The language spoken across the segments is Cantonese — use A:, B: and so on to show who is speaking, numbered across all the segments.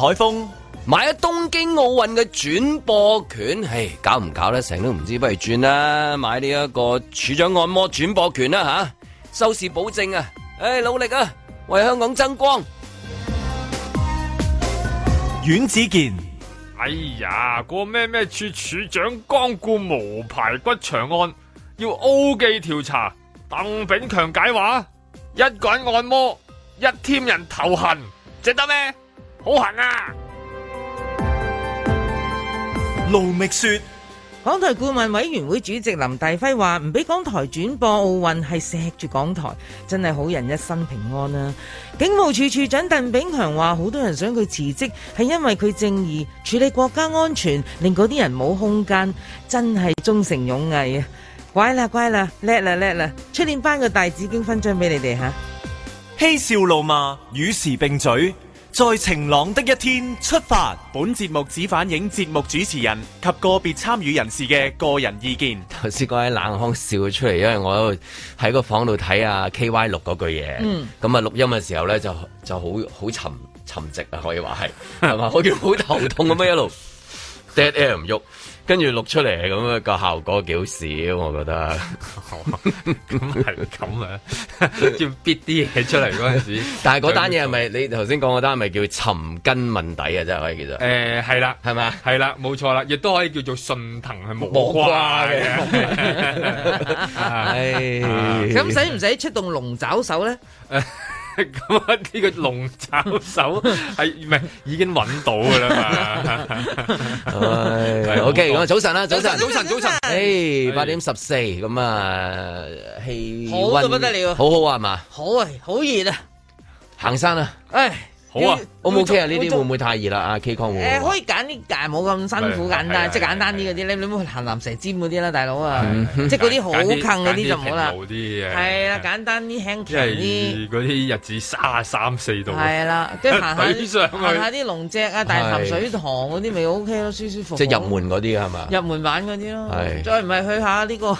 A: 海峰
B: 買咗東京奧運嘅轉播權，唉，搞唔搞得成都唔知，不如轉啦，買呢一個處長按摩轉播權啦吓、收視保證啊，唉，努力啊，為香港爭光。
A: 阮子健
C: 哎呀，個咩咩處處長光顧無牌骨長案，要 O 記調查。鄧炳強解話：一個人按摩，一 team 人頭痕，值得咩？好痕啊！
A: 盧覓雪
D: 港台顧問委員會主席林大輝話：唔俾港台轉播奧運係錫住港台，真係好人一生平安啦、警務處處長鄧炳強話：好多人想佢辭職，係因為佢正義處理國家安全，令嗰啲人冇空間，真係忠誠勇毅啊！乖啦乖啦，叻啦叻啦！出年頒個大紫荊勳章俾你哋嚇。
A: 嬉笑怒罵，與時並嘴。在晴朗的一天出發。
E: 本節目只反映節目主持人及個別參與人士嘅個人意見。
B: 頭先講喺冷腔笑咗出嚟，因為我喺度喺個房度睇啊 K Y 錄嗰句嘢，
C: 嗯
B: 咁啊錄音嘅時候咧就就好好沉沉寂啊，可以話係係嘛， 好似好頭痛咁樣一路 dead air 唔喐，跟住錄出嚟咁啊個效果幾好笑，我覺得。
C: 哦咁係咁啊， 要逼啲嘢出嚟嗰陣時，
B: 但係嗰單嘢係咪你頭先講嗰單係咪叫尋根問底啊？真係可以叫做
C: 誒係啦，
B: 係嘛？
C: 係啦，冇錯啦，亦都可以叫做順藤係無瓜嘅。
B: 唉，
C: 嗯
D: 咁使唔使出動龍爪手呢？
C: 咁啊，呢個龍爪手係唔係已經揾到㗎啦嘛？哎
B: 唉哎 OK，咁啊早晨啦，早晨，
D: 早晨早晨
B: 誒八點十四咁啊，氣
D: 好到
B: 温
D: 不得了
B: 好好啊係嘛，
D: 好啊，好熱啊！
B: 行山啊
D: 唉，
C: 好啊
B: ，O 唔 OK 啊？呢
D: 要
B: 啲
D: 做
B: 會唔會太熱啦？阿 K 康會唔會
D: 誒可以揀啲但係冇咁辛苦
C: 係
D: 簡
C: 係
D: 單，
C: 係
D: 即係簡單啲嗰啲咧，你唔好去行南蛇尖嗰啲啦，大佬 啊，
B: 嗯
D: 即係嗰啲好
C: 揀
D: 近嗰啲
C: 揀
D: 就唔好
C: 平
D: 啦。
C: 路啲嘅，
D: 係啦，簡單啲輕
C: 因
D: 強
C: 為
D: 啲，
C: 嗰啲日子卅三四度，
D: 係啦， 跟住行下
C: 懟上去
D: 行下啲龍脊啊、大潭水塘嗰啲咪 O K 咯，舒舒服服。
B: 即係入門嗰啲係嘛？
D: 入門玩嗰啲咯
B: 係，
D: 再唔係去下 呢個，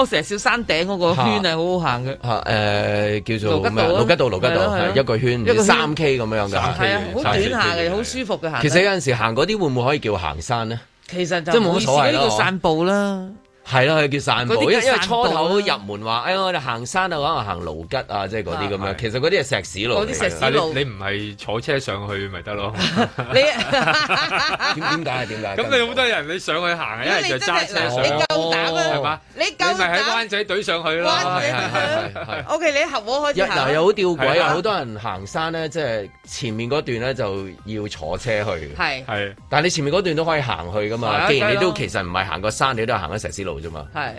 D: 我成日笑山頂嗰個圈係好好行嘅，
B: 嚇誒叫做
D: 盧吉
B: 咩？啊
D: 道
B: 盧
D: 咯
B: 吉道，盧吉道
D: 係咯係咯
B: 係一個圈
D: 一個圈
B: 三 K 咁樣㗎
C: 三。
D: 係啊，
C: 係
D: 好
C: 山
D: 短
C: 頂
D: 下嘅，
C: 圈
D: 好舒服嘅行
B: 其
D: 得。
B: 實有陣時行嗰啲會唔會可以叫行山咧？
D: 其實就
B: 即係冇乜
D: 冇意思
B: 所謂
D: 嗰
B: 啦
D: 啲叫
B: 我
D: 散步啦。
B: 係啦，佢叫散步，
D: 嗰啲
B: 因
D: 叫
B: 為因為
D: 散
B: 初
D: 步
B: 頭
D: 啦
B: 入門話，哎，我哋行山啊，可能行盧吉啊，即係嗰啲咁
C: 啊
B: 樣。
C: 係
B: 其實嗰啲係石屎路嚟
D: 嗰
B: 㗎。
D: 啲石屎
C: 但
D: 路
C: 係你你唔係坐車上去咪得 咯？
D: 你
B: 點點解啊？點解？
C: 咁你好多人你上去行，一
D: 如果
C: 係
D: 你
C: 就
D: 真
C: 揸
D: 係
C: 車
D: 嗱，
C: 上
D: 你
C: 去，
D: 夠膽啊！
C: 係嘛？
B: 哦
D: 你
C: 你
D: 夠
C: 咪喺灣
D: 膽
C: 仔隊上去咯，
D: 灣仔
C: 係係係係
B: 係
D: O K，你合我開
B: 一
D: 始
B: 嗱
D: 行
B: 又好吊詭
C: 係
B: 啊！
C: 啊
B: 好多人行山咧，即係前面嗰段咧就要坐車去，
D: 係
C: 係
B: 但係你前面嗰段都可以行去噶
D: 係
B: 嘛。
D: 啊
B: 既然你
D: 梗係
B: 都
D: 咯
B: 其實唔係行個山，你都係行緊石屎路啫嘛。
D: 係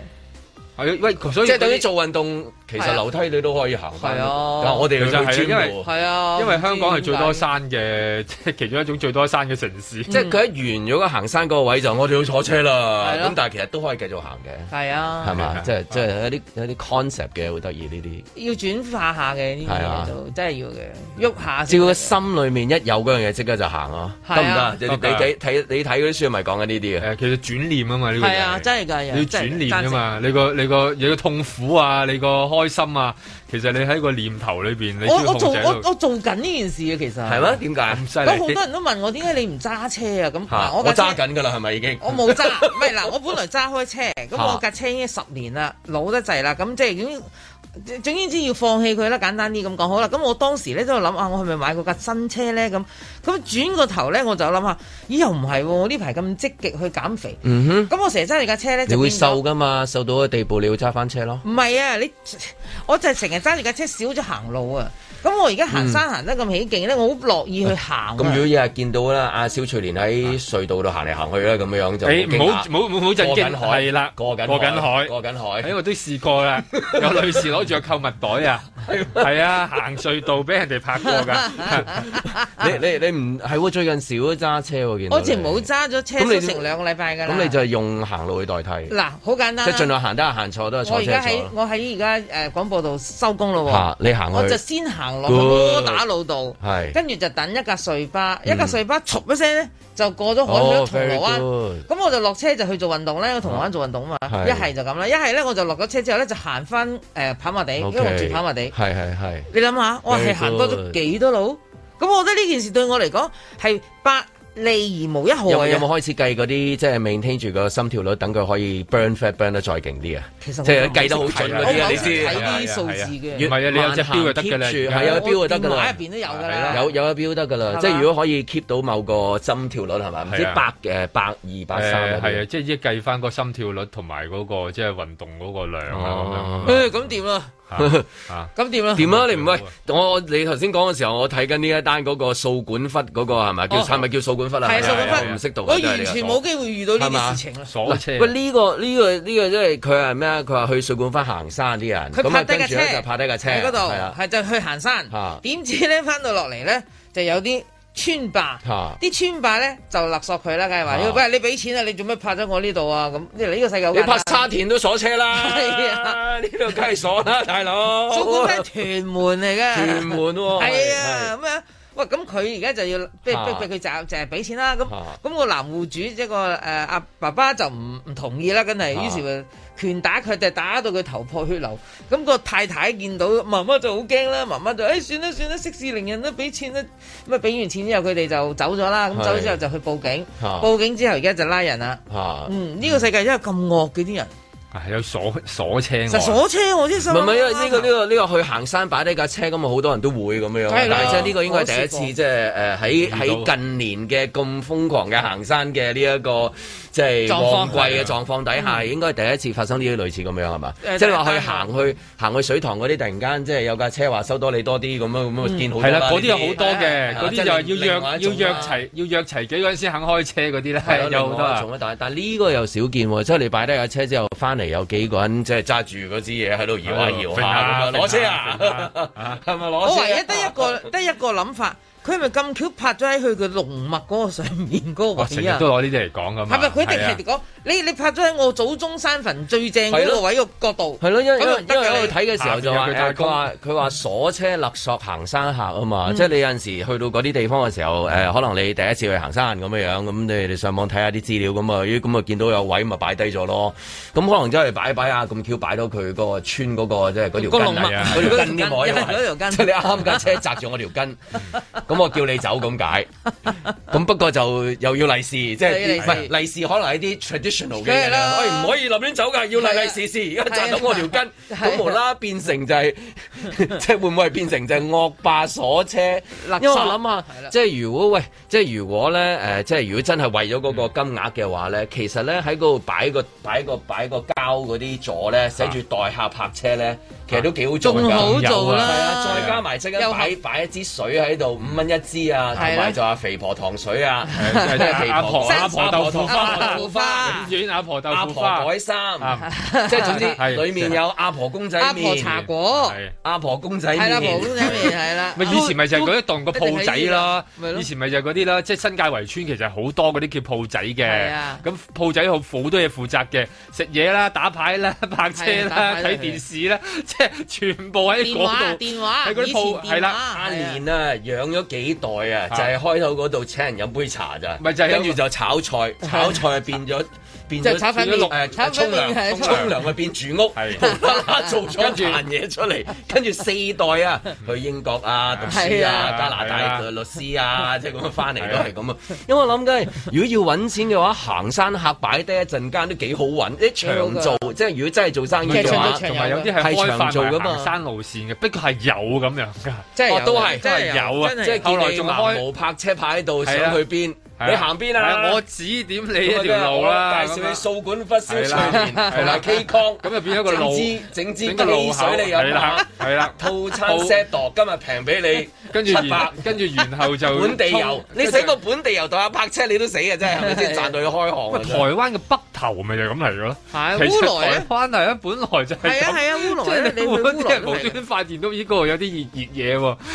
C: 係喂，所以
B: 即係等於
C: 嗰啲
B: 做運動，其
D: 係
B: 實
D: 啊
B: 樓梯你都可以行翻。
D: 係啊
B: 但係我哋
C: 其實係
B: 去
C: 因
B: 專
C: 為
B: 門。
D: 係啊，
C: 因為香港係最多
D: 唔知點
C: 山嘅，即係其中一種最多山嘅城市。
B: 即係佢一完咗個行山嗰個位就我哋要坐車啦，
D: 係咯
B: 咁但係其實都可以繼續行嘅，
D: 解係啊，
B: 係嘛？
C: 係
B: 即係即係有啲有啲 concept 嘅，好得意呢啲。
D: 要轉化下嘅呢啲
B: 係啊
D: 嘢都真係要嘅，喐下
B: 照
D: 啊先
B: 個心裏面一有嗰樣嘢，即刻就行咯，
D: 係
B: 得唔得
D: 啊
B: 啊？你
C: 得
B: 你
C: 㗎
B: 睇睇你睇嗰啲書咪講緊呢啲嘅。
C: 誒，其實轉念啊嘛，呢個
D: 係
C: 就
D: 啊，
C: 係
D: 真係㗎，
C: 你要
D: 真
C: 轉
D: 係
C: 念啊嘛，你個你個你個痛苦啊，你個開心啊，其實你喺個念頭裏邊，你
D: 贊成。我
C: 要
D: 我做
C: 控制
D: 我
C: 到
D: 我做緊呢件事嘅其實
B: 係咩？點解？
C: 咁犀
D: 咁好
C: 利
D: 多。人都問我點解你唔揸車啊？咁
B: 嚇
D: 嗱，
B: 我
D: 架車
B: 揸緊㗎啦，係咪已經？
D: 我冇揸，唔係嗱，我本來揸開車，
B: 嚇
D: 咁我架車已經十年啦，老得滯啦，咁即係總之總言之要放棄佢啦，簡單啲咁講好啦。咁我當時咧都諗啊，我係咪買過架新車咧？咁咁轉個頭咧，我就諗下，咦又唔係喎，我呢排咁積極去減肥，
B: 嗯哼，
D: 咁我成日揸你架車咧，
B: 你
D: 就
B: 會
D: 變咗
B: 瘦㗎嘛？瘦到個地步，你要揸翻車咯。
D: 唔係啊，你我就係成日揸你架車少咗行路啊。咁我而家行山行得咁起勁咧，我好樂意去行啊。
B: 嗯咁如果日日見到啦，阿蕭翠蓮喺隧道度行嚟行去啦，咁樣樣就
C: 你唔好
B: 驚訝
C: 唔好唔好唔好震
B: 過
C: 驚，
B: 緊海
C: 係啦，
B: 過緊
C: 過緊海，
B: 過緊海。
C: 喺我都試過啦，有女士攞住個購物袋啊，係啊，行隧道俾人哋拍過 㗎，
B: 你你你唔嗯係喎，最近少咗揸車喎，見到
D: 我
B: 你
D: 直冇。揸咗車
B: 咁你
D: 都成兩個禮拜㗎啦。
B: 咁你就用行路去代替，
D: 嗱，好簡單啦
B: 即係盡量行得行錯都係
D: 我
B: 坐
D: 而
B: 車
D: 家
B: 坐
D: 喺
B: 咯。
D: 我喺而家誒廣播度收工咯
B: 嚇
D: 喎，
B: 你行
D: 我就
B: 去
D: 先行落
B: Good
D: 去窩打路度，
B: 係嗯
D: 跟住就等一架隧巴，一架隧巴嘈一聲咧就過咗海去咗銅鑼灣。
B: 哦 good。
D: 咁我就落車就去做運動咧，我銅鑼灣做運動啊嘛，
B: 係
D: 一係就咁啦，一係咧我就落咗車之後咧就行翻誒跑馬地，因為我住跑馬地。
B: 係係係。
D: 你諗下，我係
B: Very
D: 行多
B: good
D: 咗幾多路？咁咁我覺得呢件事對我嚟講係百利而無一害
B: 有冇
D: 啊！
B: 有冇開始計嗰啲即係 maintain 住個心跳率，等佢可以 burn fat burn 得再勁啲啊？
D: 其實
B: 即
D: 我
B: 係計得好準嗰啲
D: 我
B: 啊！
D: 唔
B: 你
D: 係
B: 知
D: 睇呢啲數字
C: 唔
D: 嘅，
C: 係啊，你有隻錶就得㗎啦，
B: 係
C: 而家
B: 有一標就得㗎
D: 我電話
B: 啦
D: 入邊都有㗎啦，
B: 有有一標得㗎啦，
D: 嘛
B: 即係如果可以 keep 到某個心跳率係咪？唔知
C: 係啊
B: 百誒百二百
C: 誒
B: 三
C: 係啊，即係一計翻個心跳率同埋嗰個即係運動嗰個量啊
B: 哦
C: 咁樣
B: 誒咁掂啦。
C: 啊啊
D: 咁點啊？
B: 點啊？你唔
C: 好啊
B: 喂，我我你頭先講嘅時候，我睇緊呢一單嗰個掃管忽嗰個係咪叫
D: 哦
B: 係咪叫掃管忽啊？
D: 係啊
B: 係
D: 掃管忽
B: 係啊唔識讀啊，
D: 我
B: 真係
D: 完
B: 呢個
D: 全冇機會遇到呢啲事情啊啦。
C: 鎖車
B: 喂，呢個呢個呢個，因為佢係咩啊？佢話去水管翻行山啲人，
D: 佢
B: 咁
D: 拍
B: 啊
D: 低
B: 跟
D: 架
B: 住咧
D: 車，
B: 就拍低架車，
D: 喺嗰
B: 係啦
D: 度，係就去行山
B: 嚇。
D: 點知咧翻到落嚟咧，就有啲村霸
B: 嚇，
D: 啲村霸咧就勒索佢啦，梗係話
B: 嚇：
D: 喂，你俾錢啊，你做咩拍咗我呢度啊？咁即係呢個世界好
B: 你
D: 簡單
B: 拍沙田都鎖車
D: 係啊
B: 啦，呢度梗係鎖啦，大 佬。
D: 掃管咩屯門嚟㗎？
B: 屯門喎，
D: 係啊，咁樣。喂，咁佢而家就要逼
B: 啊
D: 逼逼佢就就係俾錢啦。咁
B: 啊
D: 咁個男戶主即係個誒呃阿爸爸就唔唔同意啦，梗係。
B: 啊
D: 於是咪拳打佢，就打到佢頭破血流。咁個太太見到媽媽就好驚啦，媽媽就誒算啦算啦，息事寧人啦，俾錢啦。咁啊俾完錢之後，佢哋就走咗啦。咁
B: 係
D: 走咗之後就去報警，
B: 啊
D: 報警之後而家就拉人啦。
B: 係啊
D: 嗯，呢個世界真係咁惡嘅啲人，
C: 係啊有鎖鎖車
D: 實
C: 案。
D: 鎖車我啲心
B: 唔
D: 諗。
B: 係唔係，因為呢個呢個呢個去行山擺低架車咁啊，好多人都會咁樣。
D: 梗係
B: 但
D: 啦
B: 係即係呢個應該係第一
D: 我試過
B: 次，即係誒喺
C: 遇
B: 喺
C: 到
B: 近年嘅咁瘋狂嘅行山嘅呢一個即係
D: 狀況嗯
B: 旺季
C: 啊
B: 嘅狀況底下，應該係第一次發生呢啲類似咁樣係啊嘛？
D: 誒
B: 即係話
D: 但係
B: 去行去行去水塘嗰啲，突然間即係有架車話收多你多啲咁樣
D: 嗯
B: 咁啊，見好多
C: 係啦，嗰啲有
B: 呢
C: 好多嘅，
B: 係啊
C: 嗰啲
B: 即係
C: 就係要約
B: 另另外一
C: 要
B: 種啊
C: 約
B: 啦
C: 齊要約齊幾個人先肯開車嗰啲咧
B: 係，
C: 有好多啊
B: 仲啊！但係但係呢個又少見喎，即係你擺低架車之後，翻嚟有幾個人即係揸住嗰支嘢喺度搖
C: 啊
B: 下搖下咁樣攞車啊！ 係咪攞
D: 我
B: 車啊？
D: 唯一得一個得一個諗法，佢咪咁巧拍咗喺佢嘅龍脈嗰個上面嗰個
C: 我成
D: 位
C: 日
D: 啊？
C: 都攞呢啲嚟講噶嘛。
D: 係咪佢哋
C: 係啊
D: 係講你你拍咗喺我祖宗山墳最正
B: 係
D: 嗰個
B: 咯
D: 位個角度？
B: 係咯，因為因
D: 咁又
B: 為
D: 唔得
B: 因為
D: 㗎
B: 我
D: 你
B: 睇嘅時候就
C: 啊下
B: 話
C: 邊有佢太
B: 誒佢
C: 空嗯
B: 話佢話鎖車勒索行山客啊嘛，即係你有陣時去到嗰啲地方嘅時候，誒可能你第一次去行山咁樣樣，咁你你上網睇下啲資料咁啊，咦咁啊見到有位咪擺低咗咯，咁可能真係擺擺啊下咁巧擺到佢個村嗰個即係嗰條
D: 個
B: 筋
D: 龍
B: 啊
D: 脈
B: 嗰條筋添我以為
D: 有人嗰條筋
B: 即係你啱架車擲住我條 筋，咁我叫你走咁解，咁不過就又要利是，即
D: 又
B: 係
D: 要利
B: 唔
D: 是
B: 係利是可能係啲 traditional 嘅
D: 梗係
B: 嘢
D: 啦啊
B: 啦，喂唔可以立亂走㗎，要利利是是，而家擲到我條筋。
D: 係啊
B: 咁無啦啦變成就係、 即係會唔會係變成就係惡霸鎖車？
D: 勒索
B: 因為我諗下
D: 係啦，
B: 即係如果喂，即係如果咧誒、呃即係如果真係為咗嗰個金額嘅話咧，其實咧喺嗰度擺個擺個擺個膠嗰啲座咧，寫
D: 啊
B: 住代客泊車咧，其實都幾好做
D: 仲好
B: 㗎。
D: 做
B: 係啊，
D: 啦，
B: 再加埋即刻
D: 又
B: 擺擺一支水喺度，五蚊一支啊，
D: 係
B: 同
D: 啦
B: 埋就話肥婆糖水啊，
C: 係係
B: 肥
C: 阿婆阿婆豆腐
D: 阿
C: 花，
D: 婆花
C: 永遠阿婆豆
B: 阿
C: 腐
B: 婆
C: 花，
B: 改衫，
C: 啊
B: 即係總
C: 係
B: 之裏面有阿婆公仔
D: 阿婆
B: 麵、
D: 茶果，
C: 係
B: 阿婆公仔
D: 係啦，
B: 麵
D: 婆。公仔麵係啦。
C: 咪以前咪就係嗰一檔個鋪仔啦
D: 咪咯，
C: 以前咪就係嗰啲啦，即係新界圍村其實好多嗰啲叫鋪仔
D: 係
C: 嘅
D: 啊，
C: 咁鋪仔好好多嘢負責嘅，食嘢啦、打牌啦、泊車
D: 係啊打
C: 啦
D: 牌、啦
C: 睇電視啦， 即係全部喺
D: 電話
C: 嗰度。
D: 電話，
C: 喺嗰啲
D: 以前
C: 鋪係
D: 電
C: 啦
D: 話
B: 阿
D: 係啊
B: 年啊，養咗幾代啊，就係開頭嗰度請人飲杯茶咋，
C: 咪就係有
B: 跟住就炒菜，炒菜變咗變
D: 就
B: 咗呃
D: 係炒粉
B: 變咗
D: 麵
B: 綠
D: 炒
B: 誒
D: 粉
B: 沖
D: 麵係
B: 涼，沖涼咪變住屋，
C: 係
B: 無啦啦做咗壇嘢出嚟，跟住四代啊去英國啊讀書
D: 係
B: 啊
D: 啊
B: 加拿
C: 係
B: 大
C: 啊
B: 做律師啊，即係咁樣翻嚟
C: 係
B: 都
C: 啊
B: 係咁啊。因為我諗緊，如果要揾錢嘅話，行山客擺低一陣間都幾好揾，啲長做，即係如果真係做生意
D: 其實
B: 嘅
D: 長
B: 話
D: 做。長
C: 同埋有啲係
B: 係
C: 開發
B: 長做
C: 埋
B: 㗎嘛
C: 行山路線嘅，不過係有咁樣㗎。
D: 真係
B: 哦
D: 有
B: 都係
D: 真係
C: 有啊
D: 真係
B: 即係
C: 後來
B: 見你
C: 仲
B: 盲
C: 開
B: 無泊車牌喺度，想
C: 係啊
B: 去邊？
C: 係啊
B: 你行邊
C: 係
B: 啊？
C: 我指點你
B: 咁
C: 一
B: 啊
C: 條路啦。
B: 跟住
C: 咁樣
B: 我介紹你掃管忽燒
C: 係
B: 脆
C: 啦
B: 麵同
C: 係啦
B: 埋 K 康，
C: 咁就變咗個路
B: 整支整支
C: 整個路
B: 汽
C: 口
B: 水你
C: 係
B: 飲
C: 啦
B: 下，，
C: 係啦，
B: 套餐 set 度今日平俾
C: 跟住
B: 七百
C: 然跟住然後
B: 你，
C: 就
B: 本地遊
C: 衝，
B: 你使個本地遊代下泊車你都死嘅真係，係咪先賺到要開
C: 喂，台
B: 行啊？
C: 灣嘅北投咪就係咁嚟嘅咯。
D: 係
C: 其實
D: 烏來
C: 台灣係啊，本來就係
D: 係啊
C: 咁。
D: 係啊烏
C: 即
D: 來
C: 係
D: 咧，
C: 你
D: 你去
C: 會
D: 烏
C: 啲
D: 來
C: 人
D: 都
C: 無端
D: 係啊
C: 端發現到呢個有啲熱熱嘢喎，咁啊叫温泉咯喎，
D: 溫泉啊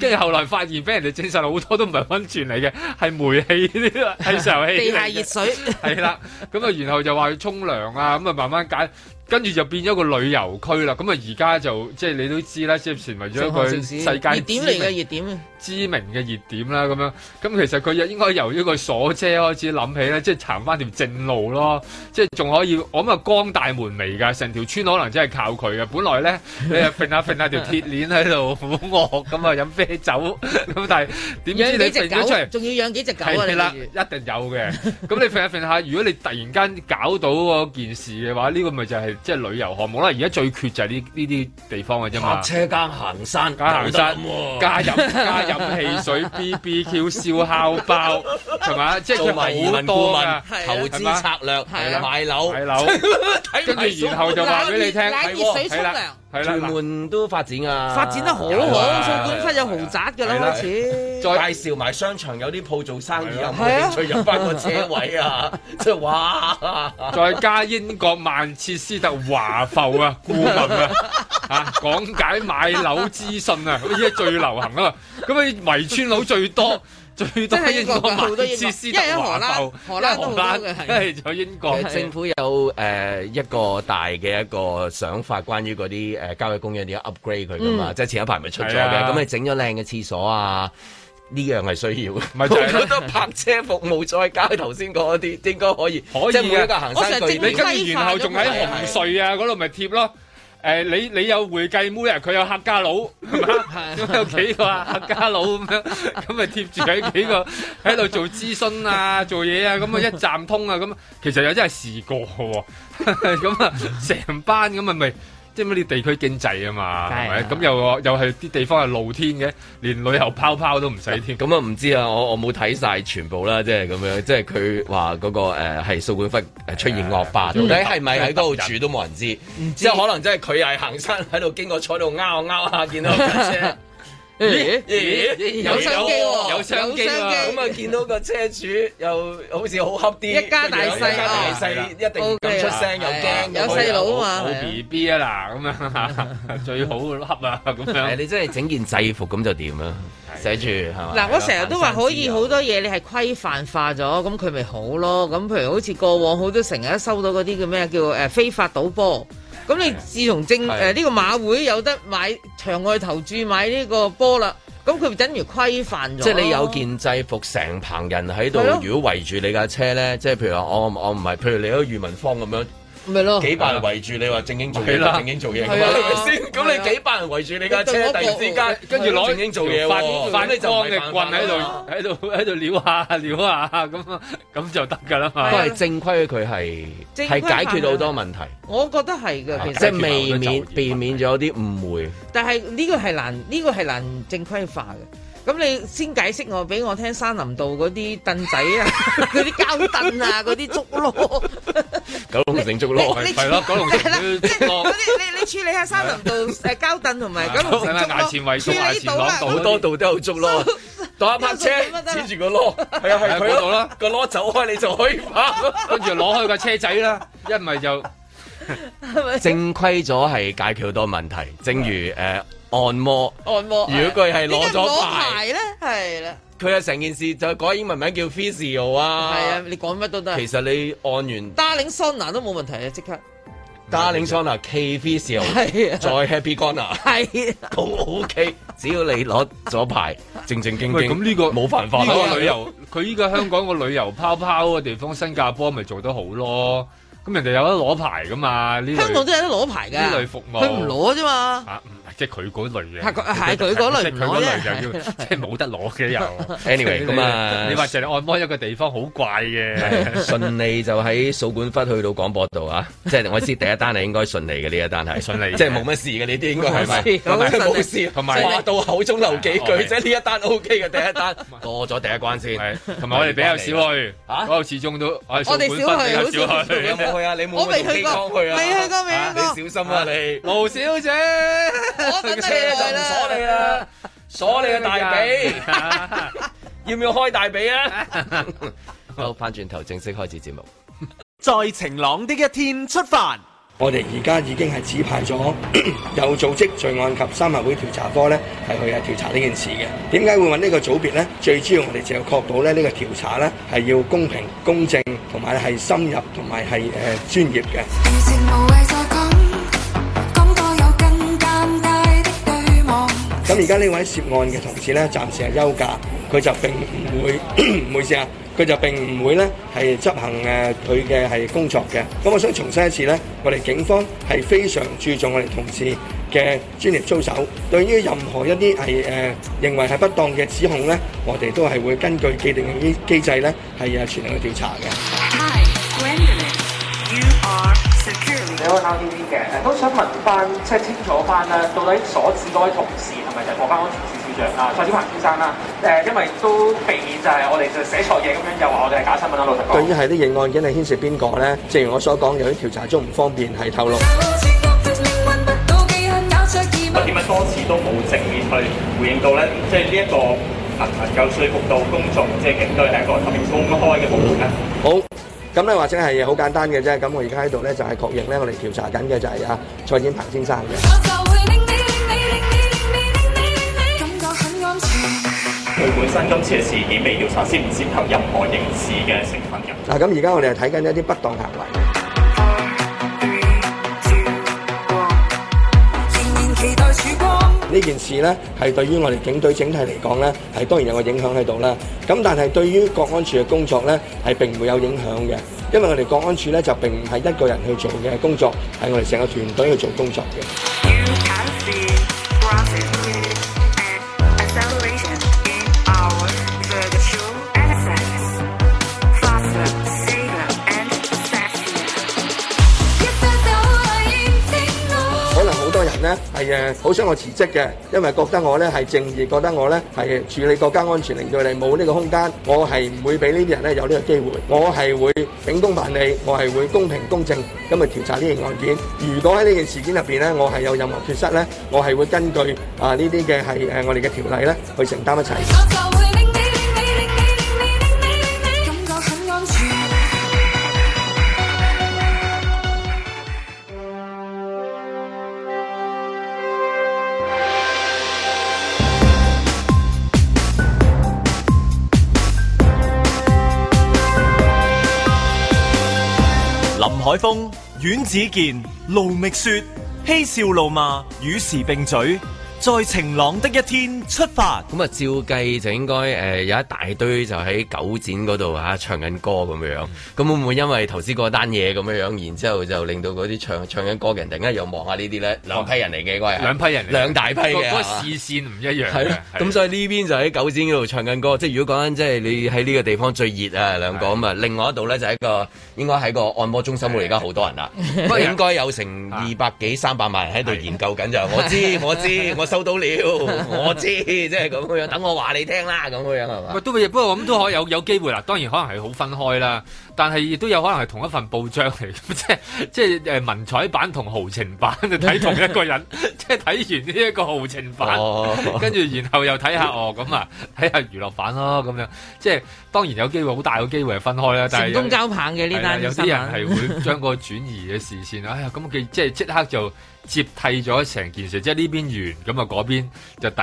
C: 跟住後來發現俾人哋證實好多都唔係温泉嚟嘅，係煤氣呢啲係石油氣嚟嘅。
D: 地下熱水，
C: 係啦，咁啊，然後就話去沖涼啊，咁啊慢慢解，跟住就變咗個旅遊區啦。咁啊，而家就即係你都知啦，即係成為咗一
D: 上海
C: 個
D: 城
C: 世
D: 市
C: 界
D: 熱點嚟
C: 知名
D: 嘅熱點啊！
C: 知名嘅熱點啦，咁樣咁其實佢應該由呢個鎖車開始諗起咧，即係行翻條正路咯，即係仲可以我諗啊光大門楣㗎，成條村可能真係靠佢嘅。本來咧你係揈下揈下條鐵鏈喺度好惡咁啊，飲啤酒咁，但係點知你
D: 養幾隻
C: 揈咗出嚟
D: 狗，？仲要養幾隻狗啊！
C: 係
D: 你
C: 啦，
D: 不
C: 一
D: 如
C: 定有嘅。 咁你瞓下瞓下，如果你突然間搞到嗰件事嘅話，呢、個咪就係即係旅遊項目啦。而家最缺就係呢呢啲地方嘅啫嘛
B: 泊。車間行山，
C: 加行山
B: 有得諗喎
C: 加 飲加飲汽水、BBQ 燒烤包，同 埋即係
B: 做
C: 佢
B: 埋移民
C: 好
B: 顧
C: 多
B: 問
C: 㗎。、
D: 係啊
B: 投資策略、
D: 係啊啊
B: 買樓
C: 買。樓，跟住然後就話俾你聽，
D: 冷熱
C: 係
D: 冷熱
C: 喎
D: 水沖
C: 係啦
D: 涼，
C: 係啦
B: 屯
C: 嗱。
B: 門都發展啊，
D: 發展得好好，
B: 有啊
D: 掃管笏有豪宅㗎啦，
C: 係啦
D: 開始。
C: 再
B: 介紹埋商場有啲鋪做生意啊，冇
D: 係啊
B: 興趣入翻個車位啊， 即係哇！
C: 再加英國曼徹斯特華埠 啊，顧問啊，啊講解買樓資訊啊，依家最流行啊嘛。咁啊，圍村佬最多。最多
D: 真係
C: 英
D: 英國㗎
C: 國曼
D: 好多英國
C: 徹斯特華埠，
D: 因為喺荷蘭荷蘭都好多
C: 一
D: 嘅
C: 係
D: 係
C: 荷蘭一係就英國
B: 誒。政府有誒、呃一個大嘅一個想法，關於嗰啲誒郊野公園點樣 upgrade 佢噶嘛，即係前一排咪出咗
C: 嗯係
B: 嘅，
C: 啊
B: 咁你整咗靚嘅廁所啊。呢樣係需要嘅，
C: 咪就係咯
B: 我覺得 泊車服務再加頭先講嗰啲，應該可以，啊
C: 可以嘅
B: 即係每一個行
D: 我
B: 山
D: 成日
B: 巨
C: 你
D: 正
B: 你
C: 跟住然後仲喺
D: 係
C: 紅隧啊嗰度咪貼咯。誒、你你有會計妹啊，佢有客家佬，係嘛？咁有幾個啊客家佬咁樣，咁咪貼住佢幾個喺度做諮詢啊，做嘢啊，咁啊一站通啊，咁其實又真係試過嘅喎， 咁啊成班咁啊咪。即係咩啲地區經濟啊嘛，係咪？
D: 梗係啦
C: 咁又又係啲地方係露天嘅，連旅遊泡泡都唔使添。
B: 咁啊唔知啊，我我冇睇晒全部啦，即係咁樣，即係佢話啊嗰個誒係掃管笏誒出現惡霸，
C: 嗯
B: 到底係咪喺嗰度住都冇人知，即係可能真係佢係行山喺度經過坐喺度拗拗下，見到架車。
D: 咦
B: 咦
D: 有商機喎，
C: 有商機喎
D: 喎
B: 咁啊，見到個車主又好似好恰啲，
D: 一家大細哦
B: 一家大
C: 啊
B: 細一定唔敢出聲，又驚
D: 啊有細佬啊
C: 冇
D: 嘛係啊
C: B B 啊嗱，咁樣 最好恰啊咁樣
B: 誒，。你真係整件制服咁就點啊？寫住係嘛？
D: 嗱，我成日都話可以好多嘢，你係規範化咗，咁佢咪好咯。咁譬如好似過往好多成日都收到嗰啲叫咩叫誒非法賭波。咁你自從政
B: 係啊
D: 誒呢個馬會有得買場外投注買呢個波啦，咁佢咪等於規範咗。
B: 即係你有件制服，成棚人喺度
D: 係咯，
B: 如果圍住你架車咧，即係譬如話我我唔係，譬如你喺裕民坊咁樣，
D: 咪咯，
B: 幾百人圍住你話正經做
C: 係
B: 嘢，
C: 啦
B: 正經做嘢咁
D: 係啊
B: 係咪先？咁
D: 係啊
B: 你幾百人圍住你架車，突然之間
C: 跟住攞
B: 正經做嘢
C: 發
B: 喎，
C: 發
B: 咁你就唔
C: 光
B: 係
C: 嘅棍
B: 犯法
C: 喺
B: 啦
C: 度喺度喺度撩下撩下咁啊咁就得㗎啦嘛
B: 都。係正規，佢係
D: 正規
B: 係解決到好多問題，
D: 我覺得係嘅，其
B: 啊即係
D: 實
B: 避免避免咗啲誤會。
D: 但係呢個係難，呢、個係難正規化嘅。咁你先解釋我俾我聽，山林道嗰啲凳仔啊， 嗰啲膠凳啊，嗰啲竹籮，
B: 九龍城捉咯，
D: 你
C: 係咯，九龍
D: 係啦，即係
C: 城都
D: 嗰啲你你處理下山林道誒膠凳同埋九龍城
C: 係啦牙
D: 竹
C: 啊前
D: 籮，
C: 圍
D: 處
C: 捉牙
D: 理
C: 前
D: 到啦
C: 擋。到
B: 好多度都有捉咯。 當一泊車指住個攞，係啊係佢
C: 嗰度啦，
B: 個攞走開你就可以拍。
C: 跟住攞開個車仔啦，一唔係就
B: 正規咗係解決好多問題，正如誒按摩，
D: 按摩。
B: 如果佢係攞
D: 點解唔
B: 咗
D: 攞
B: 牌，
D: 咧，係啦，
B: 佢係成件事就改英文名叫 physio 啊。
D: 係啊，，你講乜都得。
B: 其實你按完
D: Darling Sona 都冇問題啊，即刻
B: Darling Sauna K physio，
D: 係啊，
B: 再 Happy Corner
D: 係啊
B: 都 OK，只要你攞咗牌，正正經
C: 喂
B: 經，
C: 咁呢個
B: 冇犯法啊
C: 呢
B: 啦。
C: 個旅遊，佢依家香港個旅遊泡泡嘅地方，新加坡咪做得好咯。咁人哋有得攞牌㗎嘛？呢
D: 香港
C: 類
D: 都有得攞牌㗎。
C: 呢類服務
D: 佢唔攞啫嘛。
C: 啊，唔係即係佢嗰類嘅，
D: 係佢係佢嗰 類
C: 即係
D: 唔
C: 佢嗰
D: 攞啫
C: 類就要 即係冇得攞嘅 又。
B: Anyway，咁啊
C: 你話淨係按摩一個地方好怪 嘅。
B: 順利就喺掃管笏去到廣播度啊！即係我知第一單係應該順利嘅，呢一單係
C: 順利嘅
B: 即係冇乜事嘅呢啲應該係咪？
D: 冇事好順利
B: 冇事，
C: 同埋
B: 話到口中留幾
C: 順利
B: 句，即係呢一單 OK 嘅第一單 過咗第一關先。
C: 係，同埋我哋比較少去，
B: 啊
C: 嗰度始終都我
D: 我
C: 哋
D: 哋少去
C: 比較少
D: 好少
B: 你有
C: 去。
B: 冇去啊？你
D: 我
B: 冇
D: 未
B: 去
D: 去
B: 機
D: 過，
B: 艙去啊？
D: 未去過，未去過。
B: 你小心啊你！
C: 盧小姐，
D: 我等你
B: 車就
D: 耐
B: 唔
D: 啦。
B: 鎖你啦，鎖你嘅大髀， 要唔要開大髀啊？ 好，翻轉頭正式開始節目。
E: 在晴朗的一天出發。
F: 我哋而家已經係指派咗 有組織罪案及三合會調查科咧，係去啊調查呢件事嘅。點解會揾呢個組別咧？最主要我哋就要確保咧呢個調查咧係要公平、公正，同埋係深入，同埋係誒專業嘅。
G: 完全 無謂再講，講過有更尷尬的對望，
F: 咁而家呢位涉案嘅同事咧，暫時係休假，佢就並唔會唔好意思啊，佢就並唔會咧係執行誒佢嘅係工作嘅。咁我想重申一次咧，我哋警方係非常注重我哋同事嘅專業操守。對於任何一啲係誒認為係不當嘅指控咧，我哋都係會根據既定嘅機機制咧係誒全力去調查嘅。
G: Hi, Gwendolyn. You are securely
H: 你好 RTV 嘅，都想問翻，即係清楚翻啦，到底所指嗰位同事係咪就係國家安全處處長啊蔡小鵬先生啦？誒、因為都避免就係我哋就寫錯嘢咁樣，就話我哋係假新聞啦，老實講
F: 對。於係呢型案件係牽涉邊個咧，正如我所講，由於調查中唔方便係透露。
H: 不點解多次都冇正面去回應到咧？即係呢一個能唔能夠說服到公眾，即係警隊係一個特別公開嘅部啊門咧？
F: 好，咁咧或者係好簡單嘅啫。咁我而家喺度咧就係確認咧，我哋調查緊嘅就係啊蔡展鵬先生嘅。
H: 佢本身今次嘅事件被調查，先唔涉及任何刑事嘅成分嘅。
F: 嗱，咁而家我哋係睇緊一啲不當行為。呢件事呢，係對於我哋警隊整體嚟講呢，係當然有個影響喺度啦。咁但係對於國安處嘅工作呢，係並唔會有影響嘅，因為我哋國安處呢，就並唔係一個人去做嘅工作，係我哋成個團隊去做工作嘅。
G: You can see graphic and acceleration in our virtual assets. Faster, safer, and sexier.
F: 可能好多人呢係誒好想我辭職嘅，因為覺得我呢係正義，覺得我呢係處理國家安全，令到你冇呢個空間，我係唔會俾呢啲人呢有呢個機會，我係會秉公辦理，我係會公平公正咁去調查呢件案件。如果喺呢件事件入邊呢，我係有任何缺失呢，我係會根據啊呢啲嘅係誒我哋嘅條例呢去承擔一切。
A: 林海峰、阮子健、卢觅雪，嬉笑怒骂，与时并举，在晴朗的一天出发。
B: 咁啊，照計就應該誒、呃有一大堆就喺九展嗰度嚇唱緊歌咁樣，咁會唔會因為頭先嗰單嘢咁樣樣，然之後就令到嗰啲唱唱緊歌嘅人突然間又望下呢啲咧，兩批人嚟嘅應該係啊
C: 兩批人嚟嘅
B: 兩大批
C: 個
B: 嘅
C: 嗰
B: 啊
C: 個
B: 係嘛
C: 視線唔一樣嘅。
B: 係咯，咁
C: 以
B: 所以呢邊就喺九展嗰度唱緊歌，即係如果講緊即係你喺呢個地方最熱啊兩個咁啊，另外一度咧就係一個應該喺個按摩中心嗰度，而家好多 人啦，不過應該有成
C: 啊
B: 二百幾三百萬人喺度研究緊 就係，我知我知我收到了，我知即係咁樣，等我話你聽啦咁樣係嘛
D: 啊
C: 喂，？都不過咁啊都可有有機會啦。當然可能係好分開啦，但係亦都有可能係同一份報章嚟， 即係即係誒文采版同豪情版 就睇同一個人， 即係睇完呢一個豪情版。
B: 哦
C: 跟住然後又睇 下哦，咁啊睇下娛樂版咯，咁樣即係當然有機會，好大嘅機會係分開啦。但係
D: 成
C: 有
D: 功交棒嘅呢
C: 係啦啊
D: 單
C: 有啲人係會將個轉移嘅視線， 哎呀，咁佢即係即刻就接替咗成件事，即係呢邊完，咁啊嗰邊就第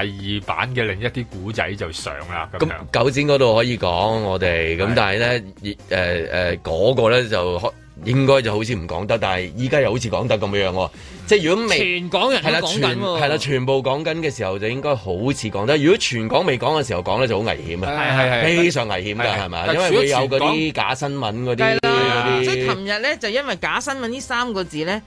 C: 二版嘅另一啲古仔就上啦，咁
B: 咁
C: 樣。
B: 九展嗰度可以講我哋，咁
C: 係
B: 但係咧，誒誒嗰個咧就可應該就好似唔講得，但係依家又好似講得咁樣喎。即係如果未
D: 全港人都
B: 係啦，
D: 講
B: 全
D: 緊喎，
B: 係啦，全部講緊嘅時候就應該好似講得。如果全港未講嘅時候講咧，就好危險啊，
C: 係係係
B: 非常危險㗎，
C: 係
B: 係咪？
C: 但
B: 因
C: 除
B: 為
C: 咗
B: 會有嗰
C: 全港
B: 啲假新聞嗰啲
D: 係啦
B: 嗰，
D: 即係琴
B: 啲。
D: 日咧就因為假新聞呢三個字咧，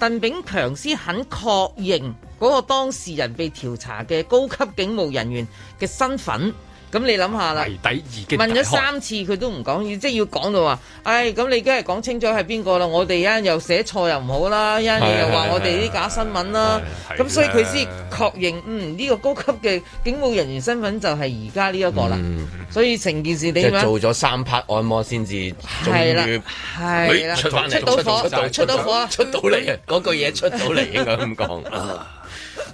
D: 鄧炳強先肯確認嗰個當事人被調查嘅高級警務人員嘅身份。咁你諗下啦，
C: 謎底已經
D: 問咗
C: 大開
D: 三次佢都唔講，即係要講到話，唉、咁你梗係講清楚係邊個啦。我哋一陣又寫錯又唔好啦，一陣又話我哋啲假新聞啦。
C: 係係
D: 咁所以佢
C: 係
D: 先
C: 啦
D: 確認，嗯，呢、個高級嘅警務人員身份就係而家呢一個啦。所以成件事你
B: 嗯即
D: 點
B: 係
D: 樣？
B: 做咗三 part 按摩先至，終
D: 係啦
B: 於，
D: 係啦，
B: 出翻嚟，
D: 到火，
B: 出到
D: 出到火啊！
B: 出到嚟啊！嗰句嘢出到嚟，應該咁講。啊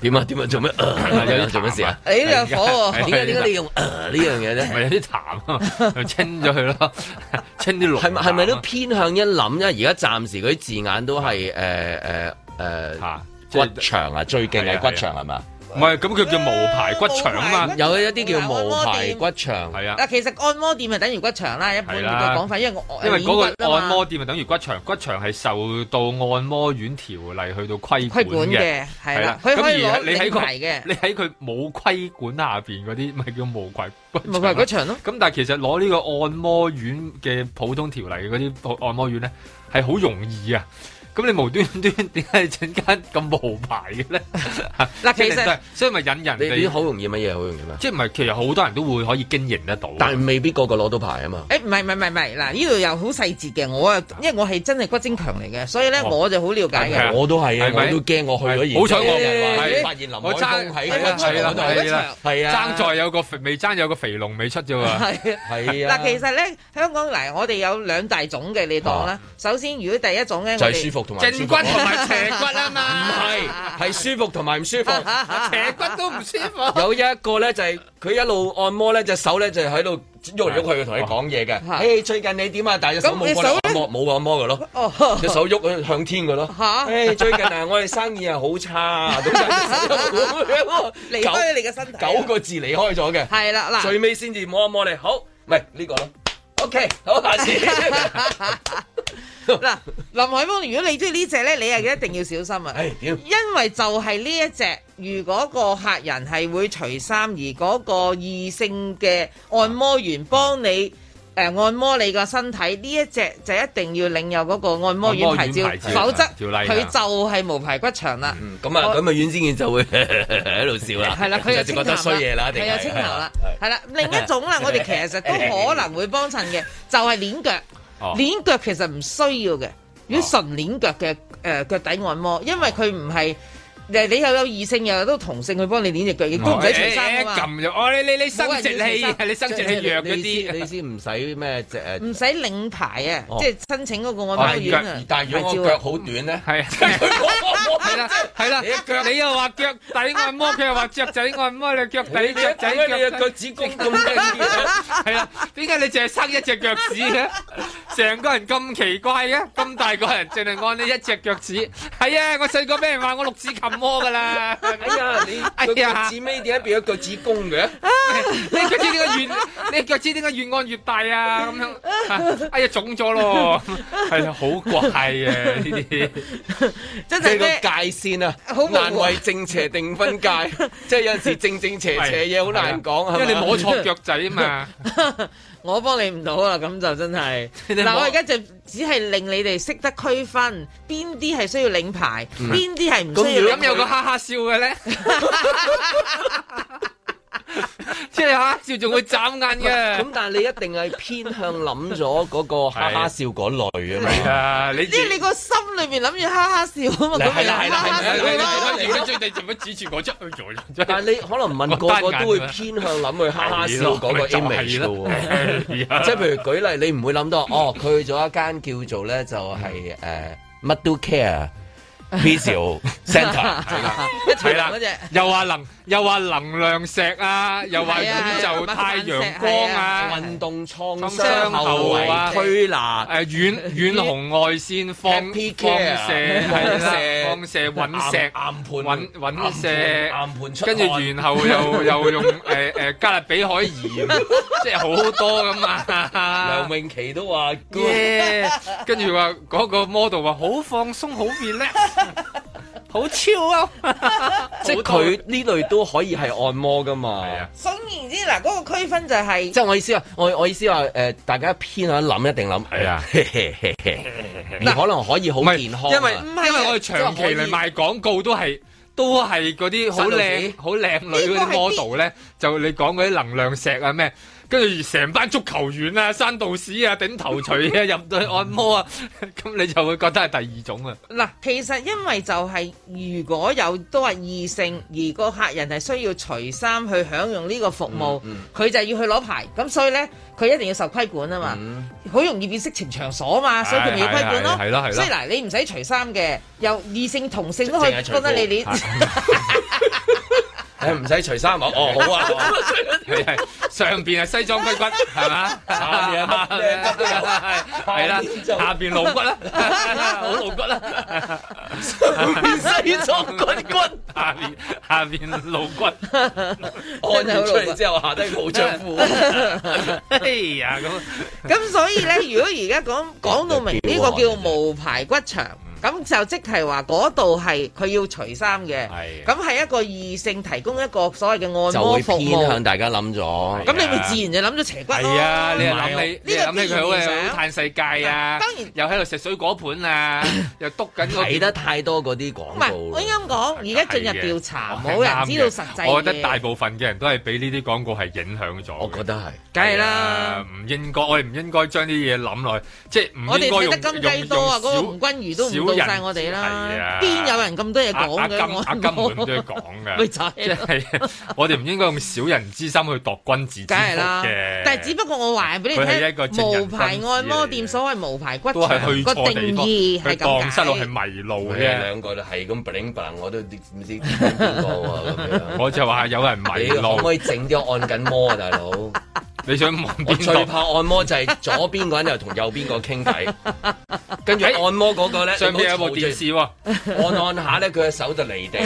B: 點啊點啊做咩？啊有啲做咩事啊？
D: 誒哎呢個火喎，
B: 點解點解你用啊呢樣嘢咧？
C: 咪有啲痰啊，就清咗佢 咯，清啲綠。
B: 係咪係咪都偏向一諗？因為而家暫時嗰啲字眼都係誒誒誒
C: 嚇？即
B: 骨
C: 係
B: 場啊，最勁
C: 係
B: 係
C: 啊
B: 骨場係嘛？
C: 唔係咁佢叫無牌骨腸啊嘛，
B: 有一啲叫無牌骨場，
C: 係啊。
D: 嗱，其實按摩店係等於骨場啦，一般
C: 係
D: 嘅
C: 啦
D: 講法，因為我
C: 因為嗰
D: 個
C: 個按摩店就等於骨場，骨場係受到按摩院條例去到規
D: 規管
C: 嘅。
D: 嘅係啦，
C: 係
D: 佢
C: 咁
D: 可以
C: 而
D: 攞
C: 你喺
D: 領
C: 個
D: 牌嘅，
C: 你喺佢冇規管下邊嗰啲，咪叫無牌骨
D: 咪係
C: 場
D: 嗰場咯。
C: 咁但係其實攞呢個按摩院嘅普通條例嗰啲按摩院咧，係好容易啊！咁你無端端 點解陣間咁無牌嘅咧？
D: 嗱，其實。
C: 所以咪引人
B: 你啲
C: 哋，
B: 好容易乜嘢好容易咩？
C: 即係唔係其實好多人都會可以經營得到。啊
B: 但係未必個個攞到牌啊嘛。
D: 誒唔係唔係唔係唔係，嗱呢度又好細節嘅，我啊因為我係真係骨精強嚟嘅，所以咧
C: 哦
D: 我就好了解
C: 係啊
D: 嘅。
B: 我都係啊
C: 係，咪
B: 我都驚我去咗而
C: 好彩我
B: 有人話
C: 係
B: 發現林海
C: 我爭
B: 峰喺
D: 係啦
B: 嗰場
D: 係啦
B: 嗰度，
D: 係啦
B: 係啊，
C: 爭在有個肥未爭有個肥龍未出啫喎。
D: 係啊
B: 係啊。
D: 嗱，其實咧香港嗱，我哋有兩大種嘅，你當啦。首先，如果第一種咧，
B: 啊就
D: 我
B: 係
D: 哋
B: 舒服同埋唔舒
C: 正骨
B: 服
C: 同埋斜骨啊
B: 唔
C: 嘛，
B: 係係舒服同埋唔舒服。
C: 斜骨都唔舒服。
B: 有一個咧就係佢一路按摩咧隻手咧就喺度喐嚟喐去同你講嘢嘅。
D: 哦嚇
B: 誒最近你點啊？但係隻手
D: 咁你
B: 冇過嚟
D: 手
B: 按摩，冇按摩嘅咯。
D: 哦，
B: 隻手喐向天嘅咯。
D: 嚇
B: 誒最近啊，我哋生意啊好差啊，咁就
D: 離開你嘅身體啊。
B: 九個字離開咗嘅。
D: 係啦，嗱，
B: 最尾先至摸一摸你，好，唔係呢個咯。OK，好，下次。
D: 嗱，林海峰，如果你中意呢只咧，你係一定要小心啊！
B: 唉哎屌
D: 因為就係呢一隻，如果個客人係會除衫，而嗰個異性嘅按摩員幫你。
B: 啊
D: 誒按摩你個身體呢一隻就一定要領有嗰個按摩院牌照
C: 按摩院牌，照
D: 否則
C: 條例啊
D: 佢就係無排骨長啦。
B: 嗯咁啊，
D: 我
B: 咁啊，阮之健就會喺度笑啦，
D: 係啦，佢又
B: 就
D: 清
B: 覺
D: 談
B: 得衰嘢啦，一定
D: 係啊，清談啦，係啦。另一 種啦，我哋其實都可能會幫襯嘅，就係鏈腳。
C: 哦
D: 鏈腳其實唔需要
B: 哦
D: 嘅，如果純鏈腳嘅誒腳底按摩，因為佢唔
B: 哦
D: 係誒你又有異性又有都同性去幫你鏈只腳，亦
B: 哦
D: 都唔使除衫啊嘛，
C: 撳入，哦你你你生殖
D: 冇人
C: 器
D: 要除，衫
C: 你生殖器弱嗰
B: 啲，
C: 啲
B: 你。先唔使咩隻誒
D: 唔使領牌啊
B: 哦，
D: 即係申請嗰個
B: Ờ,
D: 按摩院啊，
B: 但係如果
D: 牌
B: 我
D: 照
B: 腳
D: 啊
B: 好短咧，
C: 係係啦，係啦，你又話腳底按摩，佢又話雀仔按摩，你腳底
B: 你
C: 雀
B: 仔
C: 仔
B: 你嘅
C: 腳
B: 腳趾公咁 嘅，
C: 係啦，點解你淨係生一隻腳趾嘅？成個人咁奇怪嘅，咁大個人淨係按你一隻腳趾。係啊，我細個俾人話我六指琴魔噶啦，
B: 哎呀
C: 哎
B: 你個
C: 呀
B: 腳趾尾點解變咗腳趾公嘅？
C: 你腳趾點解越你腳趾點解越按越大啊？咁樣，哎呀腫咗咯，係啊，好怪啊呢啲。
D: 真
B: 即係
D: 係
B: 個
D: 咩？
B: 界線啊
D: 好模糊，
B: 難為正邪定分界，即係有陣時正正邪邪嘢好難講，係
C: 因為你
B: 咪
C: 摸錯 腳仔啊嘛。
D: 我幫你唔到
B: à,
D: 啦，咁就真係。嗱，我而 家就只係令你哋識得區分邊啲係需要領牌，
B: 嗯
D: 邊啲係唔需要領
C: 咁有個哈哈笑嘅咧，即係哈哈笑仲會眨眼嘅。
B: 咁但係你一定係偏向諗咗嗰個哈哈笑嗰類啊嘛。
C: 係啊，你
D: 呢你個心裏面諗住哈哈笑 啊嘛，咁
B: 係
D: 咪
B: 啦係啦
D: 哈哈
B: 係啦係啦
D: 笑
B: 係啦
D: 咯。
C: 你最你做乜指住我啫？真
B: 但係你可能問個個都會偏向諗去哈哈笑嗰個 image 㗎喎。
C: 啊
B: 即係譬如舉例，你唔會諗到哦，佢去咗一間叫做咧就係誒乜都 care visual centre
D: 一條
C: 係
D: 龍
C: 啦
D: 嗰只。
C: 又話能又話能量石啊，又話
D: 係啊
C: 宇
D: 係
C: 宙
D: 啊
C: 太陽光啊，
B: 運動創傷
C: 傷
B: 後
C: 後
B: 遺
C: 啊
B: 推拿。
C: 誒遠遠紅外線放
B: Happy
C: 放
B: care
C: 射係啦，放射隕石
B: 岩盤
C: 隕隕
B: 岩
C: 石
B: 盤岩盤出
C: 跟住
B: 汗
C: 然後 又又用誒誒加勒比海鹽， 即係好多咁
B: 梁
C: 啊！
B: 詠琪都話 good，
C: 耶！跟住話嗰個 model 話好放鬆，好 relax，好超 啊！
B: 即係佢呢類都可以係按摩噶嘛。
C: 係啊
D: 總言之，嗱，嗰個區分就係
B: 即係我意思話，我我意思話，誒、大家偏向諗一定諗，
C: 係啊，
B: 而可能可以好健康啊，
C: 因為
D: 唔
C: 因
D: 係啊
C: 為我哋長期嚟賣廣告都係。都係嗰啲好
B: 細
C: 靚
B: 路仔
C: 好靚女嗰
D: 呢個係
C: 啲 model 咧，就你講嗰啲能量石啊咩，跟住成班足球員啊、山道士啊、頂頭錘啊、入到去按摩啊，咁你就會覺得係第二種啊。
D: 嗱，其實因為就係如果有都係異性，而個客人係需要除衫去享用呢個服務，佢、
C: 嗯
D: 就要去攞牌，咁所以呢，佢一定要受規管啊嘛，好、容易變色情場所嘛，所以佢咪要規管咯。
C: 嗯係係係係咯係咯
D: 所以嗱，你唔使除衫嘅，又異性同性都可以
B: 淨係除
D: 覺得你
B: 褲
D: 你
B: 係誒、誒唔使除衫啊！哦，好啊，
C: 係係上邊係西裝骨骨係嘛？下邊係啦，下邊露骨啦， 好露骨啦，
D: 啊
B: 西裝骨骨，
C: 下邊下邊露骨。
D: 哦
B: 按完出嚟之後 下
D: 啊
B: 低冇着褲，
C: 哎呀咁，
D: 咁 所以咧，如果而家講講到明呢個叫無排骨牆，
C: 嗯
D: 咁就即係話嗰度係佢要除衫嘅
C: 係，
D: 咁係一個異性提供一個所謂嘅按
B: 就
D: 摩
B: 會
D: 服
B: 偏向
D: 務。
B: 大家諗咗。
D: 咁你咪自然就諗咗邪骨咯。
C: 係啊！你又諗你，你又
D: 呢個
C: 諗起佢好嘅，好嘆世界啊！
D: 當然
C: 又喺度食水果盤啊，又篤緊個
B: 睇得太多嗰啲廣
D: 唔係，
B: 告
D: 我
B: 啦
D: 應該咁講，而家進入調查，
C: 係嘅啊
D: 冇人知道實際嘢
C: 我覺得大部分嘅人都係俾呢啲廣告係影響咗嘅。
B: 我覺得係。
D: 梗係
C: 啊
D: 啦。
C: 唔應該，我哋唔應該將啲嘢諗落去，即係唔
D: 我哋
C: 應該
D: 睇
C: 用
D: 得金
C: 用
D: 雞多啊，嗰個
C: 用
D: 吳君如都唔
C: 少
D: 到
C: 人
D: 晒我哋
C: 係
D: 啦
C: 啊。
D: 邊有人咁多嘢
C: 阿
D: 講
C: 阿金
D: 嘅？我
C: 阿金會咁多嘢講
D: 咪
C: 嘅，
D: 就係
C: 即係我哋唔應該用小人之心去度君子之腹
D: 梗係啦
C: 嘅。，
D: 但係只不過我話俾你
C: 佢係一個
D: 聽，
C: 正人
D: 無牌按摩店所謂無牌骨
C: 都係去
D: 牆個
C: 錯
D: 定
C: 地方，
D: 義係
C: 佢蕩失路
D: 咁解。
C: 係迷路
B: 佢哋
C: 嘅。
B: 兩個都啊係咁 bling bling，我都唔知邊個啊咁樣。
C: 我就話有人迷
B: 你可唔
C: 路，
B: 可以整啲按緊摩啊，大佬？
C: 你想望
B: 我最
C: 邊度？
B: 怕按摩就係左邊嗰人又同右邊個 傾偈，跟住
C: 哎
B: 按摩嗰個咧
C: 上面有部電視喎，
B: 按按下咧，佢嘅手就離 地。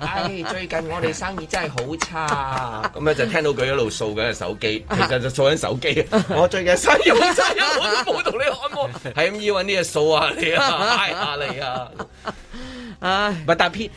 B: 唉，最近我哋生意真係好差，咁咧就聽到佢一路掃緊隻 手機，其實就掃緊手機。啊我最近生意好差，我都冇同你按摩，係咁要揾啲嘢掃下你啊，嗨下你啊。
D: 唉，
B: 唔係，但係偏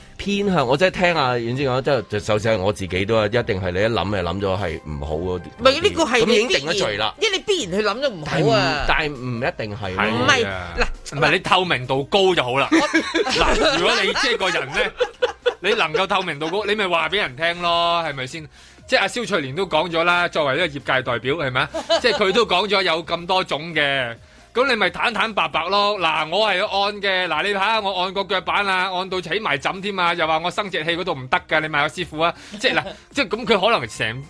B: 偏向我真係聽阿遠之講，即係就首先係我自己都係一定係你一諗就諗咗係唔好嗰啲。
D: 唔係呢個係
B: 咁
D: 你
B: 已經
D: 必
B: 定咗罪啦
D: 然，。因為你必然去諗咗唔
B: 但係唔
D: 好啊。
B: 但係唔一定係
D: 唔
B: 咯。
D: 係
C: 係啊
D: 嗱
C: 唔係你透明度高就好啦。嗱，如果你即係個人咧， 你能夠透明度高，你咪話俾人聽咯，係咪先？即係阿蕭翠蓮都講咗啦，作為一個業界代表係咪啊？即係佢都講咗有咁多種嘅，咁你咪坦坦白白咯。嗱，我係按嘅，嗱你睇下我按個腳板啊，按到起埋枕添啊，又話我生殖器嗰度唔得㗎，你問下師 傅啊。即係嗱，即係咁佢可能成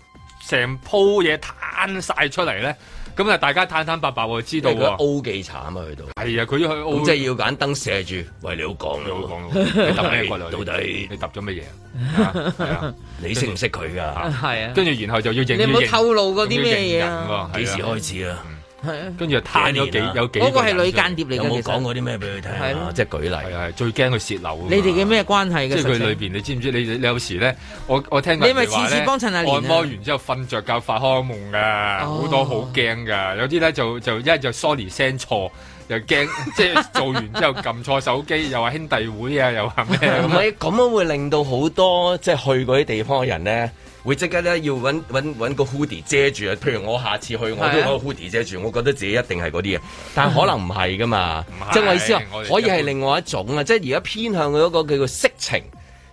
C: 成鋪嘢攤晒出嚟咧，咁啊大家坦坦白白喎，知
B: 因
C: 道
B: 為佢
C: 喎。
B: O 記慘啊，去到
C: 係啊，佢要去澳
B: 咁即係要揀燈射住。喂，你好講
C: 你好
B: 咯，
C: 講咯， 你揼咩骨嚟？
B: 到底
C: 你揼咗乜嘢 啊？係啊，
B: 你識唔識佢㗎？
D: 係啊，
C: 跟住然後就要認，
D: 你冇透露過
C: 嗰
D: 啲咩嘢啊？
B: 幾時開始啊？
D: 係啊，
C: 跟住就攤咗
B: 幾年啊
C: 幾有幾
D: 嗰個係女
C: 間，
D: 間諜嚟
B: 有
D: 嘅，
B: 冇
D: 其
B: 講
D: 實
B: 過啲咩俾佢聽
D: 係咯
B: 啊？即係舉
C: 係
B: 例。
C: 啊，係最驚佢泄漏㗎嘛。
D: 你哋嘅咩關係
C: 即
D: 嘅？
C: 係佢
D: 實
C: 裏
D: 際
C: 邊，你知唔知？你你有時咧，我我聽過
D: 你咪
C: 人哋話
D: 次次
C: 咧
D: 幫襯阿蓮啊
C: 按摩完之後瞓着覺發開夢㗎，
D: 哦
C: 好多好驚㗎。有啲咧就就一係就 sorry 聲錯，又驚 即係做完之後撳錯手機，又話兄弟會啊，又話咩
B: 唔
C: 咁。
B: 係咁樣會令到好多即係去嗰啲地方嘅人咧，會即刻咧要揾揾揾個 hoodie 遮住啊！譬如我下次去，我都
D: 係啊
B: 攞個 hoodie 遮住，我覺得自己一定係嗰啲嘢，但係可能唔係噶嘛
C: 唔係。
B: 即係我意思話，
C: 我哋
B: 可以係另外一種啊！即係而家偏向嗰個叫做色情。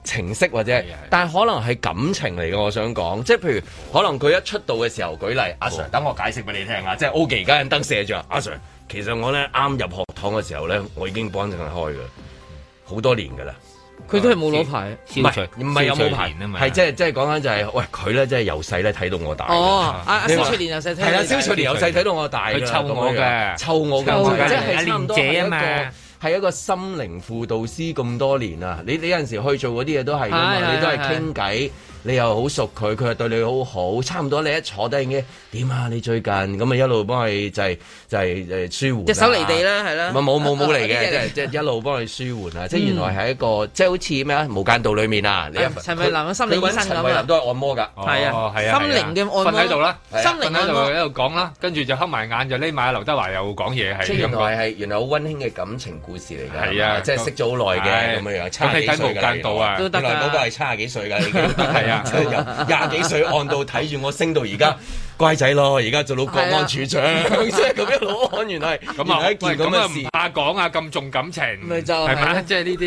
B: 情色或者係
C: 係啊，
B: 但係可能係感情嚟嘅，我想講，即係譬如可能佢一出道嘅時候，舉例，阿 Sir，等我解釋俾你聽啊，即係 O 記而家有燈射住啊，阿 Sir，其實我咧啱入學堂嘅時候咧，我已經幫襯佢開嘅，好多年㗎啦。
D: 佢都係冇攞牌。
B: 唔係唔係有冇牌
C: 啊嘛，
B: 係即係即係講緊就係、喂佢咧，即係由細咧睇到我大。
D: 哦，阿阿
B: 你
D: 蕭
B: 話
D: 翠蓮又細聽
B: 係啦，
D: 你
B: 蕭翠蓮由細睇到我大㗎，
C: 佢湊我
B: 咁樣
C: 嘅
B: 湊我
D: 湊我
B: 嘅，
D: 嘅
B: 即係差唔多係一
C: 阿蓮姐啊嘛
B: 個。係一個心靈輔導師咁多年啊！你你有陣時去做嗰啲嘢都係㗎
D: 係
B: 嘛，
D: 係
B: 你都係
D: 係
B: 傾偈，你又好熟佢，佢又對你好好，差唔多你一坐低已經點啊？你最近咁啊一路幫佢就係就係誒舒緩啊。
D: 隻手離地啦，係啦。
B: 唔係冇冇冇嚟
D: 啊
B: 嘅，即係即係一路幫你舒緩啊！即係原來係一個即係好似咩啊《無間道》裏面啊，你
D: 嗯啊陳慧琳啊心理醫生咁
B: 佢
D: 啊
B: 揾陳慧琳都係按摩㗎，
D: 係啊
C: 哦係
D: 心靈嘅按摩
C: 瞓喺度啦，
B: 係啊
D: 心
C: 瞓
D: 靈
C: 喺
D: 按
C: 度
D: 摩。
C: 喺度講啦，跟住就黑埋眼就匿埋阿劉德華又講嘢係
B: 即係原
C: 咁
B: 來
C: 講。
B: 係原來好温馨嘅感情故事嚟㗎，
C: 係啊
B: 嘛即係識咗好耐嘅
C: 係
B: 咁樣樣，
C: 咁
B: 差
C: 你
B: 幾
C: 睇
B: 歲㗎
C: 無間道啊
D: 都得㗎
B: 原來嗰個係差幾歲㗎，已經
C: 係 啊
B: 即係由廿幾歲按到睇住我升到而家。乖仔咯，而家做到國安處長，即 係咁一路按，原來
C: 咁啊，
B: 原來一
C: 喂
B: 件咁
C: 咁啊
B: 嘅
C: 唔
B: 事。
C: 怕講啊，咁重感情，
D: 咪就係
C: 係
D: 啦
C: 咪？即係呢啲，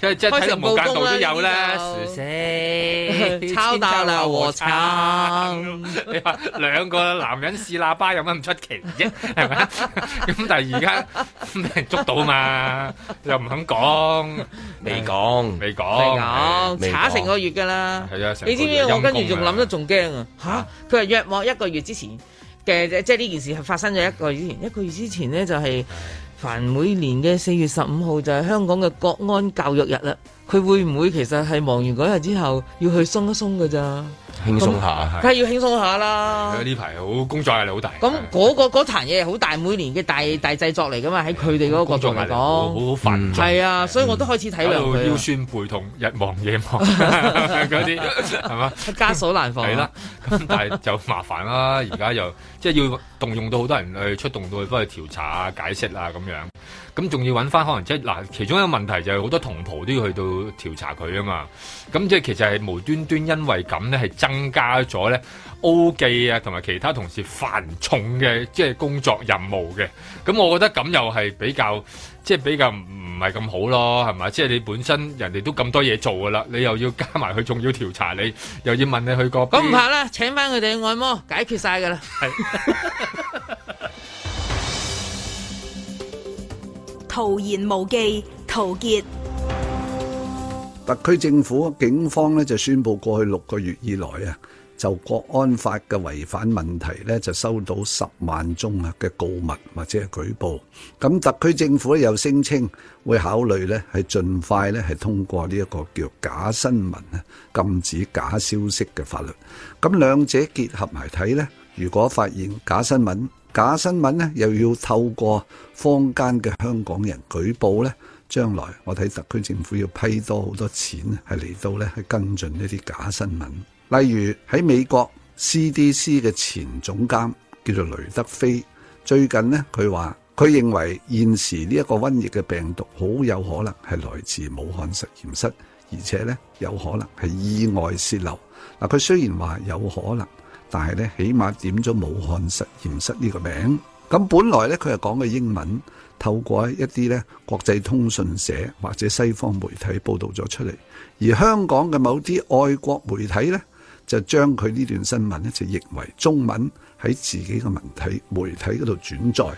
C: 即係即係睇到無間道都有啦。
D: 抄大鬧和慘，
C: 你話兩個男人試喇叭有乜唔出奇啫？係咪？ 咁但係而家俾人捉到嘛，又唔肯講，
B: 未講，
C: 未
D: 未
C: 講，
D: 講，
B: 未
D: 哦查
B: 講
D: 成個月㗎啦。
C: 係啊成個
D: 你知唔知
C: 月
D: 我跟住
C: 陰
D: 仲
C: 公啊
D: 諗得仲驚啊？吓，佢係約莫一個月之前嘅，即係呢件事係發生咗一個月之前。一個月之前呢，就係凡每年嘅四月十五號就係香港嘅國安教育日啦。佢會唔會其實係忙完嗰日之後要去鬆一鬆㗎咋？
B: 輕
C: 啊
B: 鬆下。
D: 梗係要輕鬆下啦
C: 佢。呢排好工作壓力好大。
D: 咁嗰、個嗰壇嘢係好大，每年嘅大大製作嚟噶嘛，喺佢哋嗰
C: 工
D: 個角度
C: 作壓
D: 嚟
C: 力好
D: 講，
C: 好繁重，
D: 係啊，所以我都開始體諒
C: 喺度腰
D: 佢啊
C: 酸背痛，日望夜望嗰啲係 嘛？
D: 啊，家所難防。
C: 係啦，，咁但係就麻煩啦。 而家又即係要動用到好多人去出動到去幫佢調查啊、解釋啊咁樣。咁仲要揾翻可能即係嗱，其中一個問題就係好多同袍都要去到調查佢啊嘛。咁即係其實係無端端因為咁咧，係增加咗咧 O 記啊同埋其他同事繁重嘅即係工作任務嘅。咁我覺得咁又係比較。即係比較唔係咁好咯，係咪？即係你本身人哋都咁多嘢做噶啦，你又要加埋佢，仲要調查你，又要問你去過邊。
D: 咁唔怕啦，請翻佢哋去按摩，解決晒㗎啦。
I: 徒言無忌，陶傑。
J: 特區政府警方咧就宣布過去六個月以來啊，就國安法嘅違反問題咧就收到十萬宗啊嘅告密或者係舉報。咁特區政府咧又聲稱會考慮咧係盡快咧係通過呢一個叫假新聞啊禁止假消息嘅法律。咁兩者結合埋睇咧，如果發現假新聞，假新聞咧又要透過坊間嘅香港人舉報咧。將來我睇特區政府要批多好多錢，係嚟到咧係跟進呢啲假新聞。例如喺美國 CDC 嘅前總監叫做雷德菲，最近呢，佢話佢認為現時呢一個瘟疫嘅病毒好有可能係來自武漢實驗室，而且呢，有可能係意外洩漏。嗱，佢雖然話有可能。但係咧，起碼點咗武漢實驗室呢個名。咁本來咧，佢係講嘅英文，透過一啲咧國際通訊社或者西方媒體報導咗出嚟，而香港嘅某啲愛國媒體咧，就將佢呢段新聞咧就譯為中文喺自己嘅文體媒體嗰度轉載。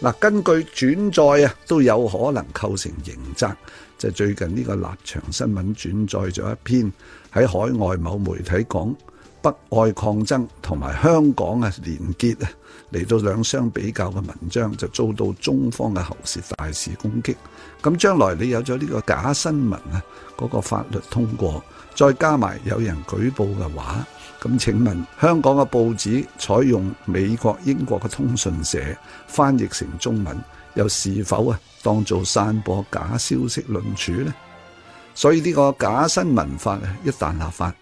J: 嗱，根據轉載啊，都有可能構成刑責。就最近呢個立場新聞轉載咗一篇喺海外某媒體講北愛抗爭同埋香港啊連結啊嚟到兩相比較嘅文章，就遭到中方嘅喉舌大肆攻擊。咁將來你有咗呢個假新聞啊，嗰、個法律通過，再加埋有人舉報嘅話，咁請問香港嘅報紙採用美國、英國嘅通訊社翻譯成中文，又是否啊當做散播假消息論處呢？所以呢個假新聞法啊，一旦立法，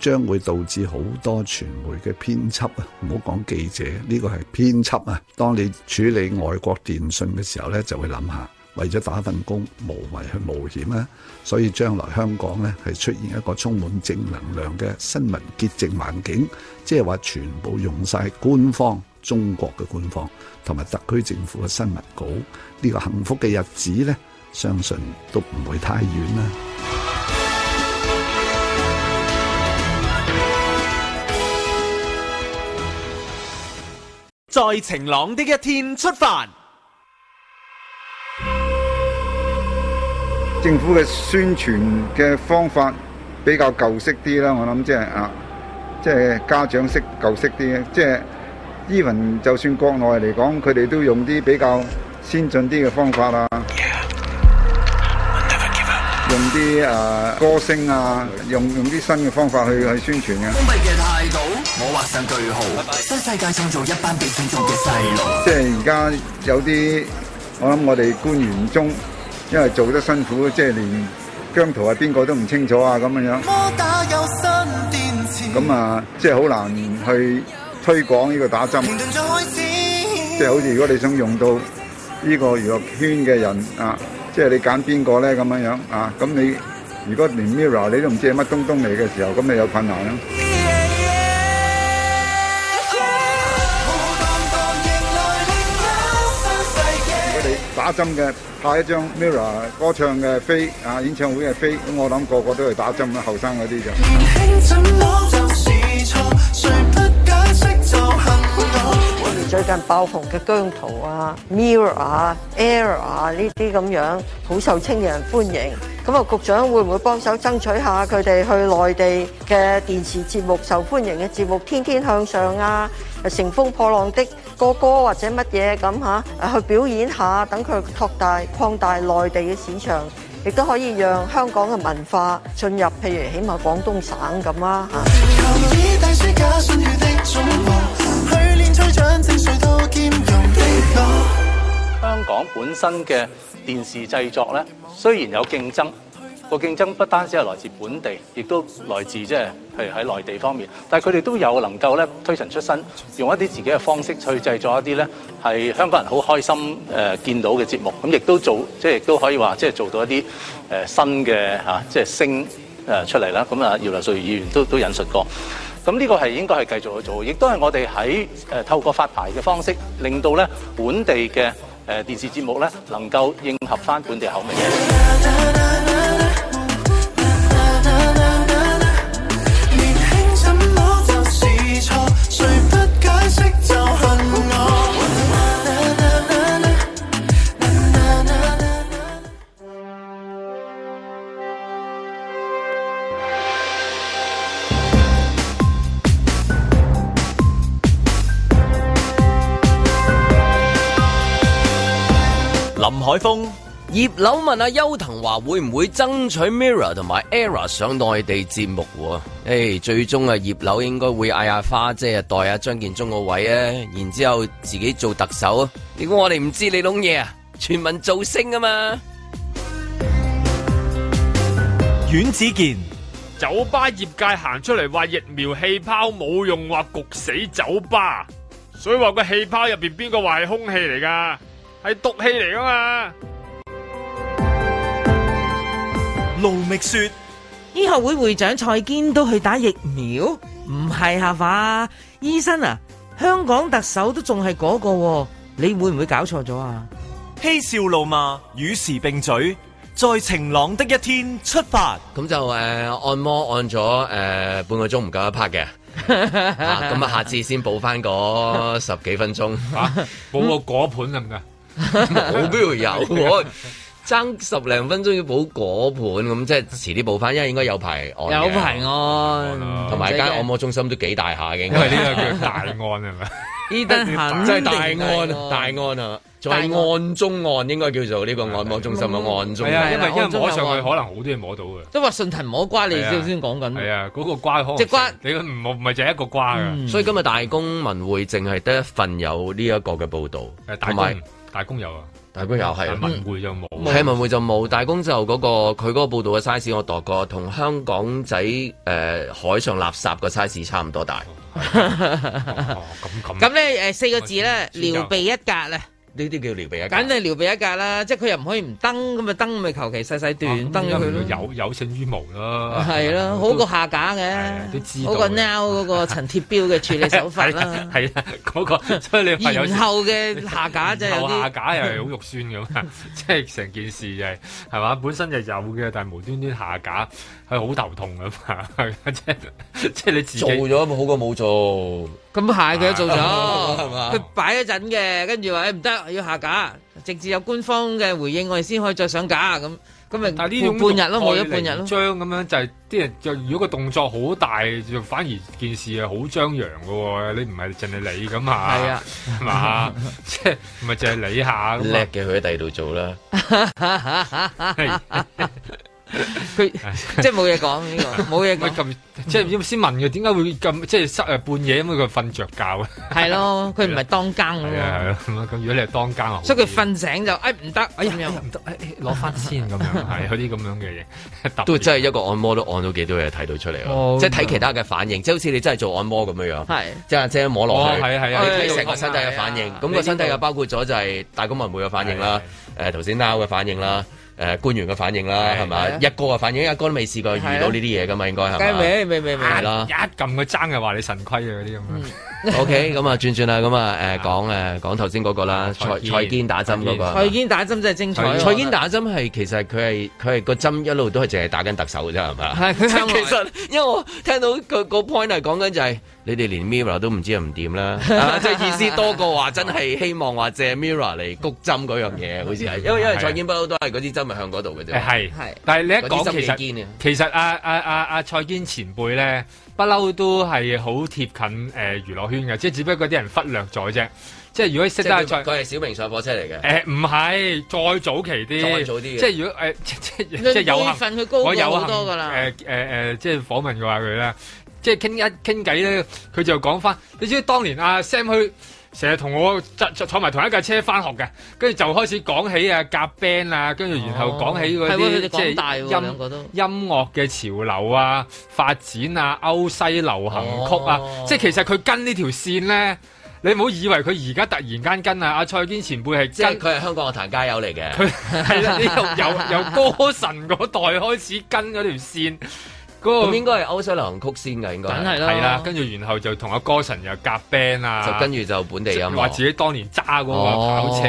J: 將會導致好多傳媒嘅編輯啊，唔好講記者，呢個係編輯啊。當你處理外國電訊嘅時候呢，就會諗下，為咗打份工，無謂去冒險啦。所以將來香港呢，係出現一個充滿正能量嘅新聞潔淨環境，即係話全部用晒官方。中國嘅官方同埋特區政府嘅新聞稿，呢、個幸福嘅日子呢，相信都唔會太遠啦。
E: 在晴朗的一天出發。
K: 政府嘅宣傳嘅方法比較舊式啲啦，我諗即係啊，即係家長式舊式啲，即係 even 就算國內嚟講，佢哋都用啲比較先進啲嘅方法啊。用啲誒、啊歌星啊，用用啲新嘅方法去去宣傳嘅。即係而家有啲，我諗我哋官員中，因為做得辛苦，即係連姜圖係邊個都唔清楚啊咁樣樣。咁啊，即係好難去推廣呢個打針。即係好似如果你想用到呢個娛樂圈嘅人啊，即係你揀邊個咧咁樣樣啊？咁你如果連 Mirror 你都唔知係乜東東嚟嘅時候，咁你有困難啦。如果你打針嘅派一張 Mirror 歌唱嘅飛啊，演唱會嘅飛，咁我諗個個都去打針啦，後生嗰啲就。
L: 最近爆紅嘅姜濤啊、Mirror 啊、Air 啊呢啲咁樣，好受青年人歡迎。咁啊，局長會唔會幫手爭取下佢哋去內地嘅電視節目受歡迎嘅節目《天天向上》啊、《乘風破浪的個歌或者乜嘢咁嚇，誒去表演下，等佢擴大擴大內地嘅市場，亦都可以讓香港嘅文化進入，譬如起碼廣東省咁啦嚇。
M: 香港本身嘅電視製作咧，雖然有競爭，個競爭不單止係來自本地，亦都來自即係譬如喺內地方面，但係佢哋都有能夠咧推陳出新，用一啲自己嘅方式去製作一啲咧係香港人好開心誒、呃、見到嘅節目，咁亦都做即係亦都可以話即係做到一啲誒、呃新嘅嚇、啊即係升誒出嚟啦。咁啊，姚劉瑞議員都都引述過。咁呢個係應該係繼續去做，亦都係我哋喺誒透過發牌嘅方式，令到咧本地嘅誒、呃、電視節目咧能夠應合翻本地口味嘅。
B: 林海峰、葉柳問阿邱騰華會唔會爭取 Mirror 同埋 Era 上內地節目喎？誒、最終啊，葉柳應該會嗌阿花姐啊代阿張建忠個位啊，然之後自己做特首啊！你估我哋唔知你窿嘢啊？全民造星啊嘛！
A: 阮子健
C: 酒吧業界行出嚟話疫苗氣泡冇用，話焗死酒吧，所以話個氣泡入邊邊個話係空氣嚟噶，係毒氣嚟噶嘛。
A: 卢觅雪。
D: 醫學會會長蔡堅都去打疫苗，唔係下吧？醫生啊，香港特首都仲係嗰個喎，你會唔會搞錯 咗啊？
A: 嬉笑怒罵，與時並舉，在晴朗的一天出發。
B: 咁就誒、呃按摩按咗誒、呃半個鐘唔夠 一 part 嘅。啊咁啊，下次先補 翻嗰十幾分鐘。
C: 補個果盤得唔得？
B: 冇邊度有我爭十零分鐘要補果盤，咁即係遲啲補翻，因為應該有排按嘅。
N: 有排按，
B: 同
N: 同
B: 埋間按摩中心都幾大下嘅，因
C: 啊因為呢個叫大案係咪？
N: 呢單肯
B: 真係
N: 定
B: 大案大案啊！仲係按中按應該叫做呢個按摩中心啊，按中
C: 係啊，因為因為摸上去可
B: 能
C: 能好多嘢摸到嘅。
N: 都話順藤摸瓜，你
B: 係啊
N: 先先講緊。
C: 係嗯啊，嗰個瓜
B: 哦
C: 可能
N: 隻瓜
C: 你唔唔係就係一個瓜㗎。
B: 所以今日大公文匯淨係得一份有呢一個嘅報導，
C: 誒大
B: 同埋
C: 公大公有啊，
B: 大公又係
C: 但文匯就冇。
B: 喺文匯就冇，大公就嗰、個佢嗰個報道嘅 size 我度過，同香港仔誒、呃海上垃圾個 size 差唔多大。
C: 哦
N: 咁咧誒四個字咧，
B: 先教
N: 撩鼻一格咧。
B: 呢啲叫撩鼻一啊
N: 簡定撩鼻一格啦，即係佢又唔可以唔登，咁咪登咪求其細細段登咗佢咯，
C: 有有勝於無啦。
N: 係咯，好過下架
C: 都知
N: 嘅，
C: 道，
N: 好過 now 嗰個陳鐵標嘅處理手法啦
C: 係啊，嗰 個所以你話有時
N: 然後 嘅下架就有
C: 後下
N: 啲
C: 架又係好肉酸咁， 即係成件事就係係嘛，本身就有嘅，但係無端端下架係好頭痛噶嘛，即 係 即係你自己
B: 做咗好過冇 做。
N: 咁係佢都做咗，
B: 係嘛
N: 啊佢擺一陣嘅，跟住話哎誒唔得，要下架，直至有官方嘅回應，我哋先可以再上架咁，咁咪半
C: 呢種
N: 日咯，冇咗半日
C: 愛嚟
N: 咯。
C: 張咁樣就係啲人就如果個動作好大，就反而件事係好張揚嘅喎。你唔係淨係你咁嘛？
N: 係啊
C: 係嘛？即係唔係淨係你下咁
B: 叻
C: 啊
B: 嘅佢喺第二度做啦，
N: 佢即係冇嘢講呢個，冇嘢
C: 咪咁即係先問佢點解會咁即係失誒半夜咁佢瞓着覺啊？
N: 係咯，佢唔係當更啊
C: 係
N: 嘛，
C: 啊係啊，咁如果你係當間啊，
N: 所以佢瞓醒就誒唔得，哎呀唔
C: 得，攞翻先咁 樣係有啲咁樣嘅嘢特別，
B: 都真係一個按摩都按到幾多嘢睇到出嚟
C: 哦
B: 咯，即係睇其他嘅反應，即係好似你真係做按摩咁樣樣，
N: 係
B: 即係即係摸落去，
C: 哦係啊係啊
B: 你睇成個身體嘅反應，咁個身體嘅包括咗就係大公文匯嘅反應啦，誒頭先 now 嘅反應啦。誒官員嘅反應啦，係咪？
N: 係啊
B: 一哥嘅反應，一哥都未試過遇到呢啲嘢噶嘛，應該係
N: 梗係
B: 咪？
N: 未未未未
B: 係啦
C: 一撳佢爭嘅話你神虧啊嗰啲咁樣。
B: O K，咁啊轉轉啦，咁啊誒講誒講頭先嗰個啦，蔡蔡
C: 堅
B: 堅打針嗰個。
N: 蔡堅打針真係精彩喎。
B: 蔡堅打針係其實佢係佢係個針一路都係淨係打緊特首嘅啫，係咪啊？
N: 係佢向
B: 即係其實因為我聽到個個 point 係講緊就係、你哋連 Mirror 都唔知唔 掂啦，啊即係意思多過話真係希望話借 Mirror 嚟谷針嗰樣嘢，好似係因為因為蔡堅不嬲都係嗰支針係向嗰度嘅啫，
C: 誒係，但係你一講
B: 嗰啲
C: 其
B: 針幾堅
C: 實
B: 啊
C: 其實阿阿阿阿蔡堅前輩咧，不嬲都係好貼近誒、娛樂圈嘅，即係只不過啲人忽略咗啫。即係如果識得
B: 即係
C: 再
B: 佢佢係小明上火車嚟嘅。
C: 誒唔係，再早期啲，
B: 再早啲嘅
C: 即係如果誒 即即即
D: 論
C: 係有幸
D: 輩份佢高過
C: 我有
D: 好多㗎啦
C: 誒誒誒，即係訪問過下佢啦，即係傾一傾偈咧，佢就講翻，你知當年阿 Sam 去。成日同我坐坐坐埋同一架車翻學嘅，跟住就開始講起啊夾 band 啊，跟住然後講起嗰
D: 哦係喎佢
C: 啲
D: 哋
C: 即
D: 講大
C: 係
D: 喎
C: 音
D: 兩個都
C: 音樂嘅潮流啊、發展啊、歐西流行曲啊，
D: 哦
C: 即係其實佢跟呢條線咧，你唔好以為佢而家突然間跟啊，阿蔡堅前輩係
B: 即
C: 跟
B: 係佢係香港樂壇街友嚟嘅。
C: 佢係啦， 呢度由由歌神嗰代開始跟嗰條線，嗰、
B: 咁
C: 個
B: 應該係歐西流行曲先㗎，應該
C: 梗係啦，係啦，跟住然後就同阿歌神又夾 band 啊，
B: 就跟住就本地音樂
C: 話自己當年揸嗰個
B: 哦
C: 跑車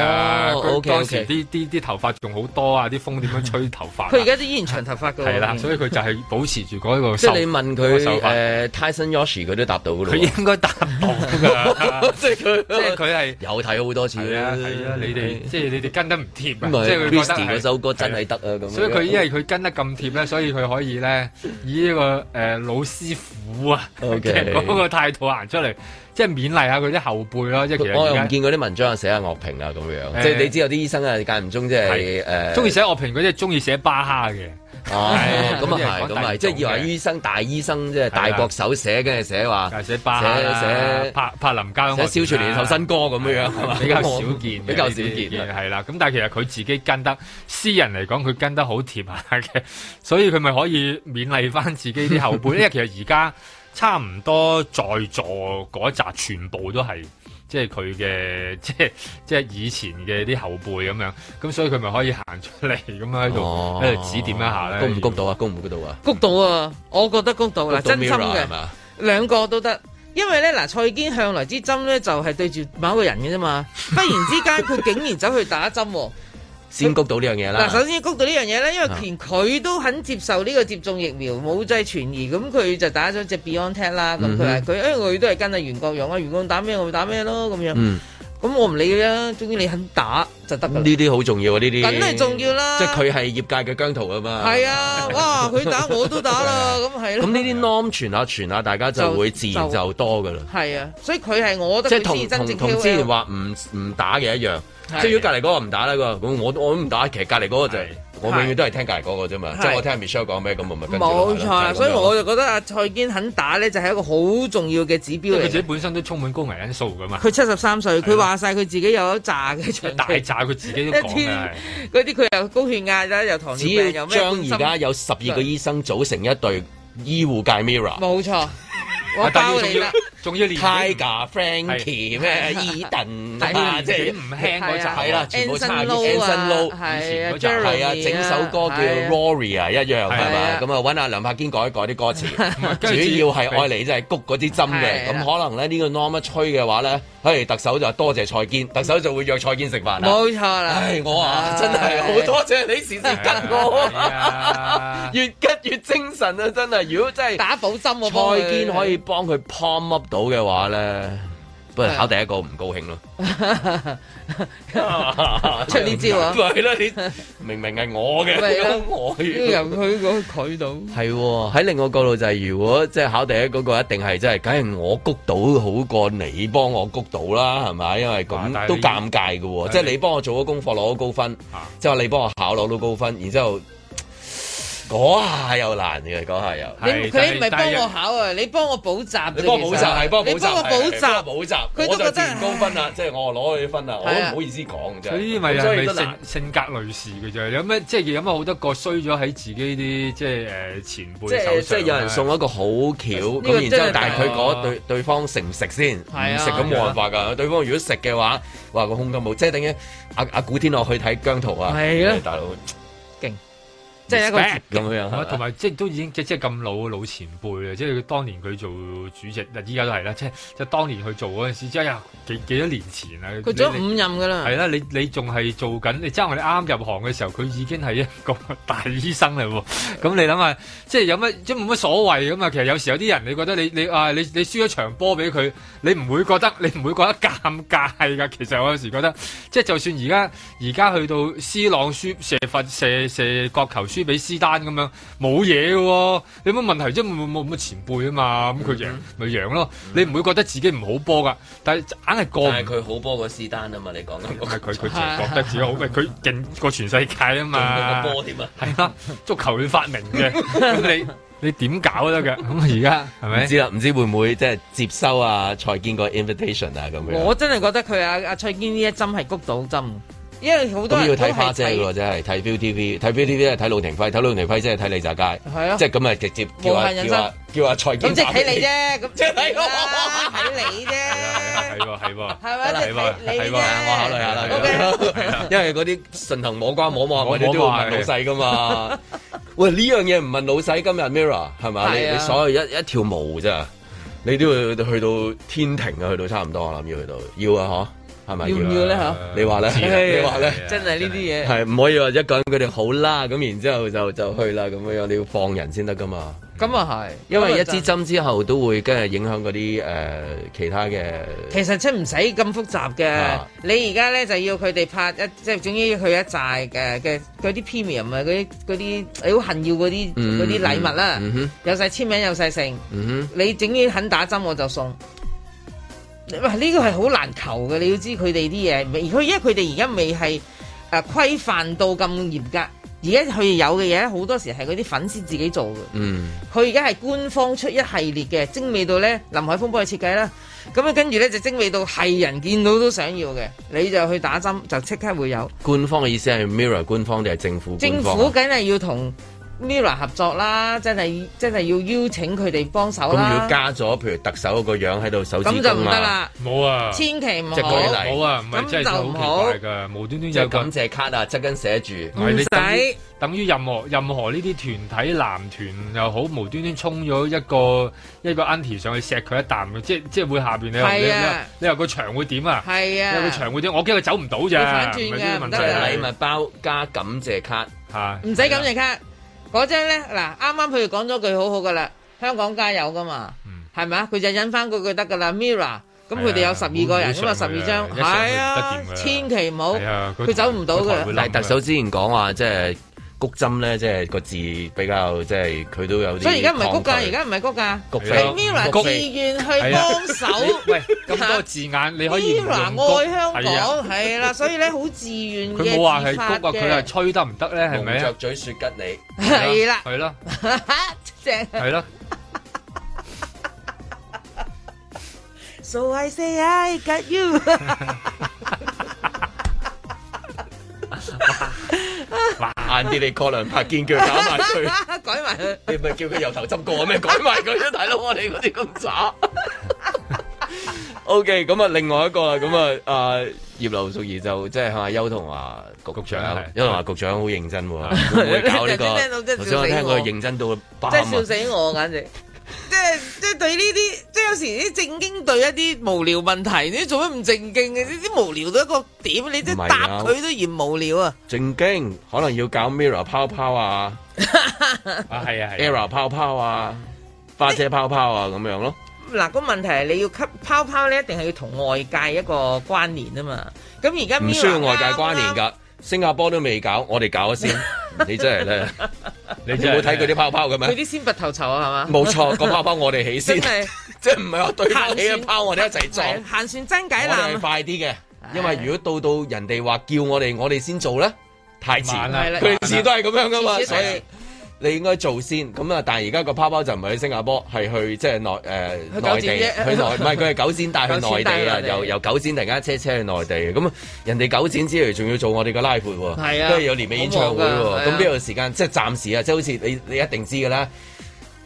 C: 啊，
B: 哦
C: 佢
B: OK，
C: 當時
B: OK
C: 啲啲啲頭髮仲好多啊，啲風點樣吹頭髮啊？
D: 佢而家都依然長頭髮㗎喎。
C: 係啦，所以佢就係保持住嗰個
B: 嗯即
C: 手。
B: 係你問
C: 嗰個
B: 佢
C: 手法
B: 誒 Tyson Yoshi 佢都答到㗎咯喎。
C: 佢應該答到㗎
B: 即係佢，
C: 即係佢係
B: 有睇好多次
C: 係
B: 啦。
C: 啊係啊，你哋即係你哋跟得唔貼
B: 唔
C: 啊，
B: 係
C: 即係佢覺得
B: Christy
C: 係
B: 嗰首歌真係得啊咁樣
C: 所以佢因為佢跟得咁貼咧，所以佢可以咧以呢個誒老師傅啊
B: OK
C: 嘅嗰個態度行出嚟，即係勉勵下佢啲後輩咯。即係其實
B: 我
C: 而
B: 又
C: 家
B: 唔見嗰啲文章啊，寫下樂評啊咁樣，
C: 誒
B: 即係你知有啲醫生啊間唔中即係誒，
C: 中意寫樂評嗰啲，中意寫巴哈嘅。
B: 哦
C: 係，
B: 咁
C: 有啲人
B: 啊係，
C: 講
B: 咁
C: 大
B: 啊係，即係
C: 眾
B: 以為
C: 嘅
B: 醫生大醫生即係
C: 係
B: 大
C: 啦
B: 國手寫嘅寫話，
C: 寫巴哈啦
B: 寫
C: 柏柏林交響樂團啦
B: 寫小全聯手新歌咁樣
C: 係啊嘛比較少見嘅，
B: 比較少見啊
C: 呢啲嘅係啦。咁但係其實佢自己跟得，私人嚟講佢跟得好貼下嘅， 所以佢咪可以勉勵翻自己啲後輩。因為其實而家差唔多在座嗰一紮全部都係。即係佢嘅， 即係即係以前嘅啲後輩咁樣，咁所以佢咪可以行出嚟咁樣喺度喺度指點一下咧。
B: 谷哦唔谷到啊？谷唔谷到啊？
D: 谷到啊！我覺得谷到啦，
B: 谷到
D: 真心
B: Mirror
D: 嘅
B: 係嘛，
D: 兩個都得。因為咧嗱，蔡堅向來之針咧就係對住某一個人嘅 啫嘛，忽然之間佢竟然走去打針喎。
B: 先谷到呢樣嘢啦。
D: 嗱，首先谷到呢樣嘢咧，因為
B: 啊
D: 連佢都肯接受呢個接種疫苗冇劑傳疑，咁佢就打咗只 BioNTech 啦。咁佢話
B: 嗯哼
D: 佢，因為佢都係跟阿袁國勇啊，袁國勇打咩我咪打咩咯咁樣。
B: 嗯，
D: 咁我唔理佢啦，總之你肯打就得㗎啦。
B: 呢啲好重要啊！呢啲
D: 梗係重要啦
B: 即係佢係業界嘅姜濤啊嘛。
D: 係啊，哇！佢打我都打啦，咁係
B: 咁
D: 咯。
B: 呢啲 norm 傳下傳下，大家就
D: 就
B: 會自然就多噶啦。
D: 係啊，所以佢係我覺
B: 即係
D: 得佢
B: 同
D: 先真
B: 同
D: 正
B: 同之前
D: KOL。
B: 話唔唔打嘅一樣，
D: 係
B: 即係如果隔離嗰個唔打啦，佢話咁我我都唔打，其實隔離嗰個就係我永遠都係聽隔離嗰個啫嘛，
D: 係
B: 即係我聽阿 Michelle 講咩咁，我咪跟住咯
D: 冇錯
B: 就係咁
D: 啦，
B: 樣
D: 所以我就覺得阿蔡堅肯打咧，就係一個好重要嘅指標
C: 因為佢
D: 嚟
C: 自己
D: 嘅。
C: 本身都充滿高危因素噶嘛。
D: 佢七十三歲，佢話晒佢自己有一炸嘅長
C: 大炸佢自己
D: 一
C: 都 講啊
D: 啲。嗰啲佢又高血壓啦，又糖
B: 只
D: 尿病，
B: 要
D: 又咩
B: 將
D: 冠心
B: 而家有十二個醫啊生組成一隊醫護界 Mirror。
D: 冇錯，我包你啦。
C: 仲要連
B: Tiger、Frankie 咩、 伊頓啊，
D: 嗯
B: 即係
D: 啊
B: 係啦，全部差啲 Anson Low，係啊，整首歌叫 Rory 啊，一樣係嘛？咁啊，揾阿梁柏堅改一改啲 歌詞，
D: 啊
B: 主要係愛嚟就係谷嗰啲針嘅。咁可能咧呢個 norm 一吹嘅話咧，嘿特首就多謝蔡堅，特首就會約蔡堅食飯啦。啊
D: 冇錯啦。
B: 唉，我啊真係好多謝你時時跟我啊， 越跟越精神啊！真係，如果真係
D: 打補針我
B: 蔡
D: 幫佢
B: 堅可以幫佢 palm up 到嘅話咧，不如
D: 嗯
B: 考第一個唔高興咯。
D: 出呢 招啊
B: 係啦，你明明係我嘅，
D: 咪啦
B: 我
D: 由佢嗰佢度。
B: 係喎，喺另外角度就係、如果即係考第一嗰個，一定係真係，梗係我谷到好過你幫我谷到啦，係咪？因為咁都尷尬嘅喎，即係你幫我做咗功課攞到高分，
D: 啊
B: 即係你幫我考攞到高分，然之後嗰下又難嘅，嗰下又
D: 你佢唔係幫我考啊，你幫我補習啫。
B: 你幫我補習係幫我補習，
D: 你幫我補
B: 係
D: 習
B: 幫我補習，我
D: 佢都
B: 就
D: 覺
B: 自
D: 得啊
B: 然高分啦，即係我攞你啲分啦，我都唔好意思講啫。
C: 佢呢啲咪
B: 所
C: 係
B: 以
C: 咪
B: 都
C: 性
B: 難
C: 性格類似嘅啫？有咩即係有咩好多個衰咗喺自己啲即係誒前
B: 即
C: 輩手
B: 係
C: 上啊
B: 即係有人送一個好橋，
C: 呢個
B: 咁然
C: 真
B: 之後
C: 係，
B: 但係佢
C: 啊
B: 嗰對對方食唔食
C: 係
B: 先？唔
C: 啊
B: 食咁冇辦法㗎。對方如果食嘅話，話個胸襟冇，即係等於阿阿古天樂去睇姜濤啊，
C: 係啊
B: 大佬
D: 勁，即係一個
C: Respect
B: 咁樣係啊嘛
C: 同埋即係都已經即即係咁老嘅老前輩啦，即係佢當年佢做主席，依家都係啦，即係即係當年佢做嗰陣時，即係哎呀幾幾多年前啊，
D: 佢做咗五任㗎啦。
C: 係啦，你你仲係做緊，你真係我哋啱入行嘅時候，佢已經係一個 大醫生嚟喎。咁你諗下，即係有乜即係冇乜所謂咁嘛？其實有時有啲人，你覺得你你啊，你你輸咗場波俾佢，你唔會覺得你唔會覺得尷尬㗎。其實我有時覺得，即係就算而家而家去到 C 朗輸射罰射射角球輸輸俾斯丹咁樣，冇嘢嘅喎。你有乜問題啫？冇冇冇乜前輩啊嘛，咁佢贏咪贏咯。你唔會覺得自己唔好波㗎，但係硬係過唔
B: 但係佢好波過斯丹啊嘛，你 講緊
C: 係佢佢自己覺得自己好，喂佢勁過全世界啊嘛，
B: 仲過個波添啊
C: 係啦，足球佢發明 嘅，咁你你點搞得嘅？咁而家係咪
B: 唔知啦，唔知會唔會即係接收啊蔡堅個 invitation 啊咁樣。
D: 我真係覺得佢阿阿蔡堅呢一針係谷到針，因為好多
B: 咁
D: 人
B: 要
D: 都
B: 睇花
D: 係
B: 姐
D: 睇
B: 喎，真係睇 ViuTV，睇 ViuTV 係睇路廷輝，睇路廷輝即係睇李澤楷，
D: 係啊
B: 即係咁啊直接叫
D: 無
B: 阿
D: 限人
B: 叫阿叫阿蔡堅。
D: 咁即係睇你。啫，咁
B: 即係睇我
D: 睇你啫，
C: 係喎係喎，
D: 係咪
B: 係喎
D: 即係睇你
B: 係喎
D: 啫
B: 我考慮下啦。係啦 因為嗰啲順藤摸瓜摸
C: 摸
B: 摸，啊我哋都
C: 摸
B: 要
C: 摸
B: 問老 細噶嘛。 喂，呢樣嘢唔問老細，今日 Mirror 係咪？
C: 係
B: 你
C: 啊
B: 你所有一一條毛咋，你都要去到天庭啊，去到差唔多，我諗要去到要啊，嗬，係咪？
D: 要唔要咧嚇？
B: 你話咧？你話咧？
D: 真係呢啲嘢
B: 係唔可以話一個人佢哋好啦，咁然之後就就去啦，咁樣你要放人先得噶嘛。
D: 咁啊係，
B: 因為一支針之後都會跟住影響嗰啲誒其他嘅，
D: 其實真唔使咁複雜嘅，
B: 啊
D: 你而家咧就要佢哋拍一，即係總之佢一寨嘅嘅嗰啲 premium 啊，嗰啲嗰啲你好恨要嗰啲
B: 嗯
D: 嗰啲禮物啦，
B: 嗯哼
D: 有晒簽名有晒剩，
B: 嗯
D: 你總之肯打針我就送。喂，呢個係好難求嘅，你要知佢哋啲嘢，而佢因為佢哋而家未係誒規範到咁嚴格，而家佢有嘅嘢好多時係嗰啲粉絲自己做嘅。
B: 嗯，
D: 佢而家係官方出一系列嘅精美到咧，林海峰幫佢設計啦。咁啊，跟住咧就精美到係人見到都想要嘅，你就去打針就即刻會有。
B: 官方嘅意思係 Mirror 官方定係政府
D: 政
B: 官方
D: 府
B: 啊？
D: 梗係要同 Mirror 合作啦，真係真係要邀請佢哋幫手
B: 咁如果
D: 啦。
B: 加咗譬如特首個樣喺度手指
D: 咁就
B: 公
D: 唔得
B: 啊
D: 啦，
C: 冇啊
D: 千祈唔好
B: 即係舉例
C: 冇啊，唔係
D: 咁
C: 真係
D: 就
C: 好
D: 唔
C: 奇
D: 好。
C: 怪㗎，無端端
B: 即
C: 有
B: 係
C: 個嗯
B: 感謝卡啊，側跟寫住，
C: 唔係你等於
D: 使
C: 等於任何任何呢啲團體男團又好，無端端衝咗一個一個 auntie 上去錫佢一啖嘅，即即係會下邊你話你
D: 係啊
C: 話你話個場會點啊？
D: 係啊
C: 你話個場會點？我驚佢走唔到咋，
D: 會反轉
C: 唔
D: 㗎
C: 係呢啲問題
B: 就係
C: 係
B: 禮物包加感謝卡
C: 嚇啊
D: 唔使感謝
B: 啊
D: 卡。嗰張咧，嗱啱啱佢講咗句好好噶啦，香港加油噶嘛，
B: 嗯
D: 係咪啊？佢就引翻嗰句得噶啦，Mira。咁佢哋有十二個人咁啊，十
B: 會
D: 二
B: 會
D: 張
B: 上去㗎
D: 係
B: 一上去
D: 啊
B: 就得掂㗎，啦
D: 千祈唔好，
B: 係啊佢
D: 佢走唔到
B: 但
D: 噶。
B: 係特首之前講話即係谷針咧，即係個字比較即係佢都有啲抗拒。
D: 所以而家唔係谷㗎，而家唔係谷㗎，
B: 谷飛
D: 係 Mira
B: 谷
D: 自
B: 飛
D: 願去
C: 係啊
D: 幫手。
C: 喂，咁多字眼你可以唔
D: Mira
C: 用谷
D: 愛香
C: 係啊
D: 港係啦，所以咧好自願嘅
C: 佢冇話係
D: 自發
C: 谷啊，佢係
D: 嘅，
C: 吹得唔得咧？係咪
B: 蒙
C: 啊
B: 着？嘴説吉你。
D: 係啦，
C: 係啦，
D: 正
C: 係 啦。
D: So I say I got you
B: 晏啲你過梁柏堅 叫佢搞埋 佢，
D: 改埋佢。
B: 你咪叫佢由頭執過啊咩？ 改埋佢啫，大佬我哋嗰啲咁 渣。O K，咁啊，另外一個啦，咁啊，啊葉劉淑儀就即係向阿邱同華局
C: 長
B: 長
C: 係，
B: 邱同華局長好認 真喎，會唔會搞呢
D: 你頭先聽到 真
B: 個？
D: 係
B: 頭
D: 笑死
B: 先
D: 我
B: 我聽佢認真到爆
D: 真
B: 啊
D: 係！笑死我， 簡直！即係即係對呢啲，即係有時啲正經對一啲無聊問題，你做乜唔正經嘅？呢啲無聊到一個點，你即
B: 唔係
D: 係
B: 啊
D: 答佢都嫌無聊啊！
B: 正經可能要搞 mirror 泡泡 啊，
C: 啊係啊
B: error 泡泡啊，花姐泡泡啊咁樣咯。
D: 嗱，個問題係你要吸泡泡咧，一定係要同外界一個關聯啊嘛。咁而家
B: 唔需要
D: Mirror
B: 外界
D: 啱
B: 關聯
D: 啱
B: 㗎。
D: 啊
B: 新加坡都未搞，我哋搞咗先。你真係 咧，你
C: 真係
B: 冇睇佢啲泡泡嘅
D: 佢
B: 咩？
D: 啲先拔頭籌啊，係嘛？
B: 冇錯，個泡泡我哋起
D: 真
B: 先，
D: 係
B: 即係唔係話對方起啊嘅泡，我哋一齊撞。
D: 係限算真解
B: 我哋係
D: 難。
B: 快啲嘅，因為如果到到人哋話叫我哋，我哋先做咧，太遲。
C: 慢啦係啦
B: 佢哋次都係咁樣㗎嘛，
D: 次次都
B: 所
D: 係
B: 以你應該做先。咁啊，但係而家個泡泡就唔係去新加坡，係去即係內誒
D: 去
B: 內
D: 九
B: 地，
D: 仙啫
B: 去內唔係佢係九仙帶去內
D: 九仙
B: 地
D: 帶
B: 啊，
D: 去內地
B: 由由九仙突然間車車去內地。咁人哋九仙之餘，仲要做我哋個拉闊喎，
D: 係啊
B: 跟住有年尾演唱會
D: 好忙
B: 喎。
D: 㗎
B: 咁
D: 係啊
B: 邊有時間？即係暫時啊，即係好似你你一定知㗎啦。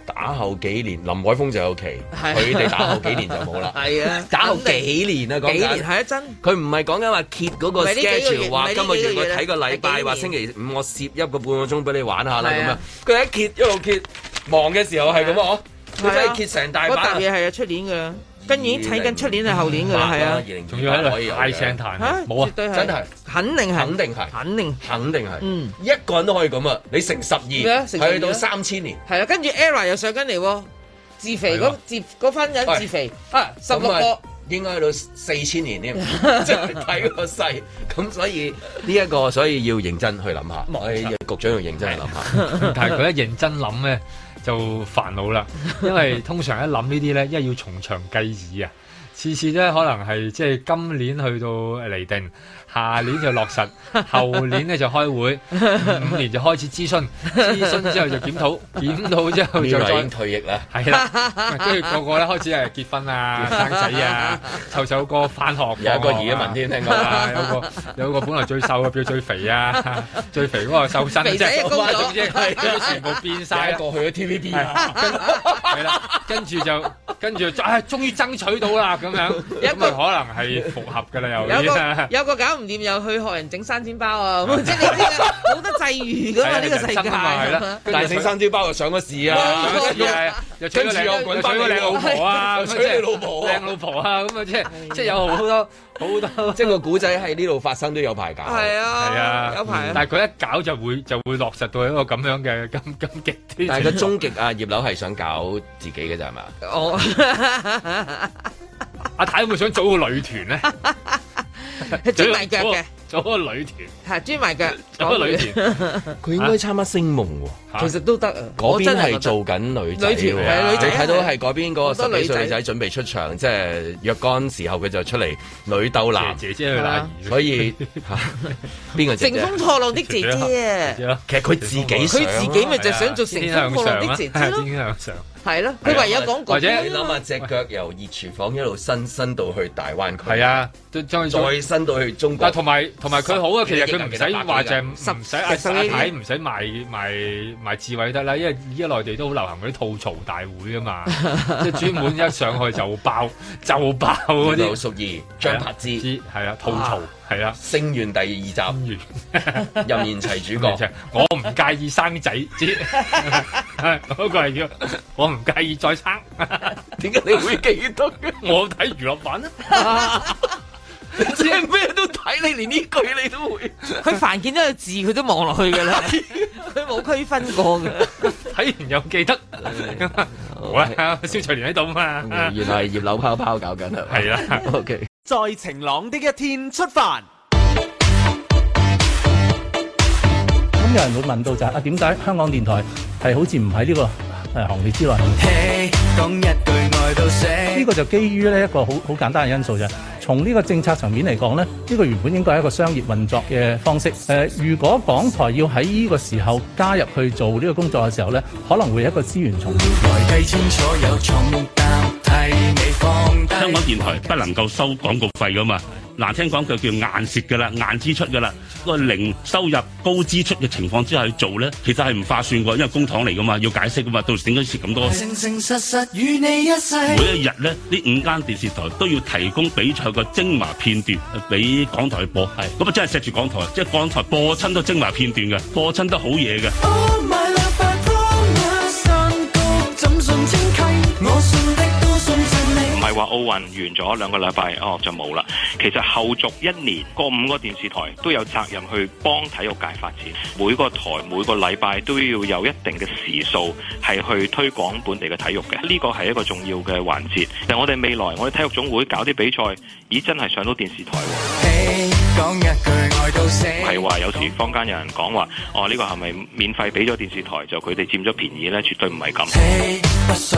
B: 打後幾年，林海峰就有期，
D: 係
B: 佢哋打後幾年就冇啦。
D: 係啊，
B: 打後
D: 肯
B: 幾
D: 定
B: 年啊，講緊
D: 幾年係一真。
B: 佢唔係講緊話揭嗰個
D: 唔係呢幾個月
B: schedule，話
D: 唔係呢
B: 今個月
D: 幾個
B: 我
D: 月啊
B: 睇個禮
D: 係
B: 拜，
D: 幾年
B: 話星期五我攝一個半個鐘俾你玩下啦
D: 係
B: 咁樣
D: 啊。
B: 佢一揭一路揭，忙嘅時候係咁喎，佢
D: 係
B: 真
D: 啊
B: 係揭成大
D: 嗰沓
B: 把。
D: 嘢係啊，出年嘅，跟住已經睇緊出年係後年嘅啦，係啊
B: 二。零
C: 仲要喺度
B: 可以有嘅
C: 嗌聲彈
D: 嚇，
C: 冇啊
D: 絕！對係，
B: 真係
D: 肯定係，
B: 肯定係，
D: 肯定
B: 肯定係，
D: 嗯
B: 一個人都可以咁啊！你乘十
D: 係
B: 二，
D: 啊乘12
B: 去到三千年，
D: 係啦。啊跟住 ERA 又上緊嚟喎，自肥
B: 係
D: 嗰
B: 喎
D: 自嗰班人自肥啊，十六個
B: 應該去到四千 年添，即係睇個勢。咁所以呢一個，所以要認真去諗下。我哋局長要認真去諗 下。
C: 但係佢一認真諗咧，就煩惱啦，因為通常一諗呢啲咧，因為要從長計議啊。次次咧可能係即係今年去到嚟定，下年就落實， 後年咧就開會，五年就開始諮詢，諮詢之後就檢 討，檢討之後就
B: 呢個
C: 再
B: 已經退役啦。
C: 係啦，啊跟住個個咧開始係結婚 啊、生仔啊、湊首歌翻學，
B: 有一個移民添聽講
C: 啊有個有個本來最瘦嘅變咗最肥啊，最肥嗰個瘦身，
B: 肥仔
C: 即係
B: 嘅工作
C: 總之係 全部變晒，
B: 有一個去咗 TVB 啊
C: 係係啦，跟住就跟住就唉，終於爭取到啦咁樣，咁啊可能係復合㗎啦又
D: 有
C: 已經
D: 個有個搞唔掂又去學人整生煎包啊！咁即係你知啦，好多際遇噶嘛呢個世界。
B: 係
D: 啊
B: 啦，但係整生招包又上咗市
C: 上咗市
B: 啊
C: 啊，又娶咗
B: 跟住
C: 靚
B: 又
C: 又
B: 滾
C: 娶
B: 翻
C: 咗靚老婆啊，咁
B: 又娶
C: 即係
B: 你老婆啊
C: 靚老婆啊，咁啊即係即係有好多好多，
B: 即係個古仔喺呢度發生都有排搞。
D: 係啊
C: 係啊，
D: 有排啊
C: 但係佢一搞就會就會落實到一個咁樣嘅咁咁極端。
B: 但係個終極啊，葉劉係想搞自己嘅咋係嘛？
D: 我
C: 阿太會唔會想組個女團咧？
D: 係 專賣腳嘅，
C: 組個女團，
D: 係專賣腳，
C: 組個女
D: 講
C: 團。
B: 佢應該參加星夢喎。
D: 其實都得啊。
B: 嗰
D: 我
B: 邊
D: 真係覺
B: 係
D: 得
B: 做緊女仔喎，
D: 女團係女仔
B: 你睇到係嗰邊嗰個
D: 好多
B: 十
D: 女
B: 幾
D: 仔
B: 歲女仔準備出場，即係若干時候佢就出嚟女鬥男，
C: 姐姐去打兒
B: 所以嚇邊個姐
D: 乘
B: 姐？
D: 風破浪的姐姐啊，
B: 其實佢自己
D: 佢
B: 想啊
D: 自己咪就想做乘
C: 天
D: 風
C: 向
D: 破
C: 上
D: 浪的
C: 啊
D: 姐 姐咯，
C: 天向上。
D: 係咯，佢唯有講
B: 或
D: 嗰
B: 者
D: 邊
B: 你
D: 啊
B: 諗
D: 嘛
B: 下隻腳由熱廚房一路伸伸到去大灣區，
C: 係啊，再
B: 再伸到去中國。
C: 但同埋同埋佢好啊，
B: 十
C: 其實佢唔使話就係
B: 十
C: 唔使阿
B: 十
C: 阿太唔使賣賣賣智慧得啦，因為依家內地都好流行嗰啲吐槽大會啊 嘛，即係專門一上去就爆就爆嗰
B: 葉劉
C: 啲。
B: 淑儀、張柏芝，
C: 係啊，吐槽係啊，
B: 星願第二集， 任賢齊 主角，
C: 我唔介意生仔，知 嗰個係叫我唔介意再生。
B: 點解你會記得嘅？
C: 我睇娛樂版啊。
B: 即係咩都睇，你連呢句 你都 會。
D: 佢凡見到個字佢都望落去㗎啦，佢冇區分過㗎。
C: 睇完又記得，好啦，蕭翠蓮喺度嘛，
B: 原來係葉 柳泡泡搞緊係啊
C: 係啦
B: ，OK。
E: 在晴朗的一天出發。
O: 咁有人會問到就係、啊，點解香港電台係好似唔喺呢個誒呃行列之內？呢個就基於呢一個好好簡單嘅因素啫。從呢個政策層面嚟講呢，呢、個原本應該係一個商業運作嘅方式。誒、呃如果港台要喺呢個時候加入去做呢個工作嘅時候呢，可能會係一個資源重疊。
P: 香港電台不能夠收廣告費噶嘛，難聽講佢叫硬蝕噶啦，硬支出噶啦，個零收入高支出嘅情況之下去做咧，其實係唔划算噶，因為公帑嚟噶嘛，要解釋噶嘛，到時點解蝕咁多？每一日咧，呢五間電視台都要提供比賽個精華片段呃俾港台播，係咁啊，真係錫住港台，即係港台播親都精華片段嘅，播親都好嘢嘅。
Q: 唔係話奧運完咗兩個禮拜哦就冇啦。其實後續一年，個五個電視台都有責任去幫體育界發展。每個台每個禮拜都要有一定嘅時數係去推廣本地嘅體育嘅，呢個係一個重要嘅環節。但我哋未來我哋體育總會搞啲比賽，咦真係上到電視台喎。
G: 嗯
Q: 唔係話有時坊間有人講話，哦呢、個係咪免費俾咗電視台就佢哋佔咗便宜呢？絕對唔係咁。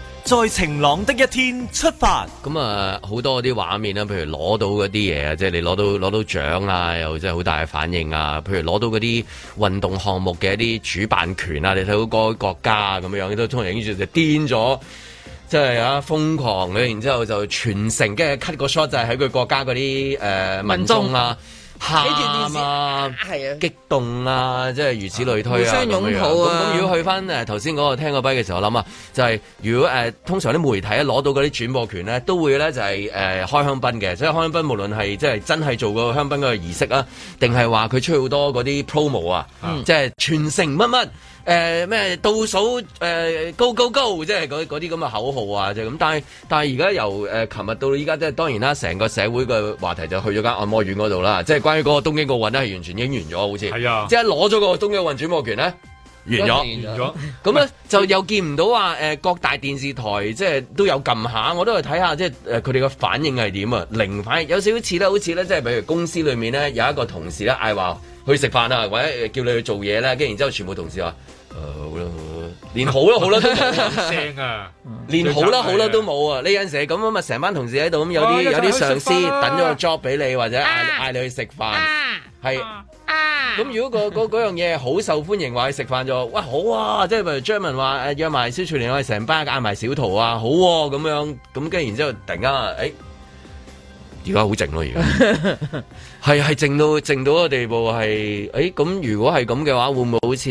A: 在晴朗的一天出发。
B: 咁啊，好多啲畫面啦，譬如攞到嗰啲嘢啊，即係你攞到攞到獎啊，又真係好大嘅反應啊。譬如攞到嗰啲運動項目嘅一啲主辦權啊，你睇到嗰個國家啊咁樣，都通常影住就癲咗。即係啊，瘋狂嘅，然之後就全城，跟住 cut 個 shot 呃就係喺佢國家嗰啲誒民眾啊。喊
D: 呢
B: 啊、
D: 係啊
B: 激動啊，即係如此類推啊，
D: 互相擁抱
B: 咁
D: 啊
B: 樣咁咁如果去翻誒頭先嗰個聽個跛嘅時候，我諗啊，就係、如果誒、呃通常啲媒體咧攞到嗰啲轉播權咧，都會咧就係、誒、開香檳嘅，即係開香檳無論係即係真係做個香檳嗰個儀式啊，定係話佢出好多嗰啲 promo 啊，即係全城乜乜。誒咩、倒數誒、呃、go go go，即係嗰嗰啲咁嘅口號啊，就咁。但係但係而家由誒琴日到依家，即係當然啦，成個社會嘅話題就去咗間按摩院嗰度啦。即係關於嗰個東京奧運咧，係完全已經完咗，好似係啊，即係攞咗個東京奧運轉播權咧。
R: 完咗
B: 完咗，咁咧就又見唔到話誒、呃各大電視台即係都有撳下，我都去睇下即係誒佢哋嘅反應係點啊，零反應有少少似咧，好似咧即係譬如公司裏面咧有一個同事咧嗌話去食飯啊，或者誒叫你去做嘢咧，跟住然之後全部同事話。誒、好啦，好啦練好啦，好啦，都 冇
C: 聲啊！
B: 練好啦，好啦，都冇啊！呢陣時係咁啊嘛，成班同事喺度咁，有啲
C: 啊一齊
B: 有啲
C: 去食
B: 上司
C: 飯
B: 等
C: 啦
B: 咗個 job 俾你，或者嗌嗌你去食飯，係。咁如果個嗰嗰樣嘢好受歡迎，話去食飯就哇好啊！即係譬如張文話誒約埋蕭翠蓮，我哋成班嗌埋小桃啊，好喎咁樣。咁跟住然之後突然間誒，而家好靜咯，而家。係係靜到靜到個地步係，誒咁如果係咁嘅話，會唔會好似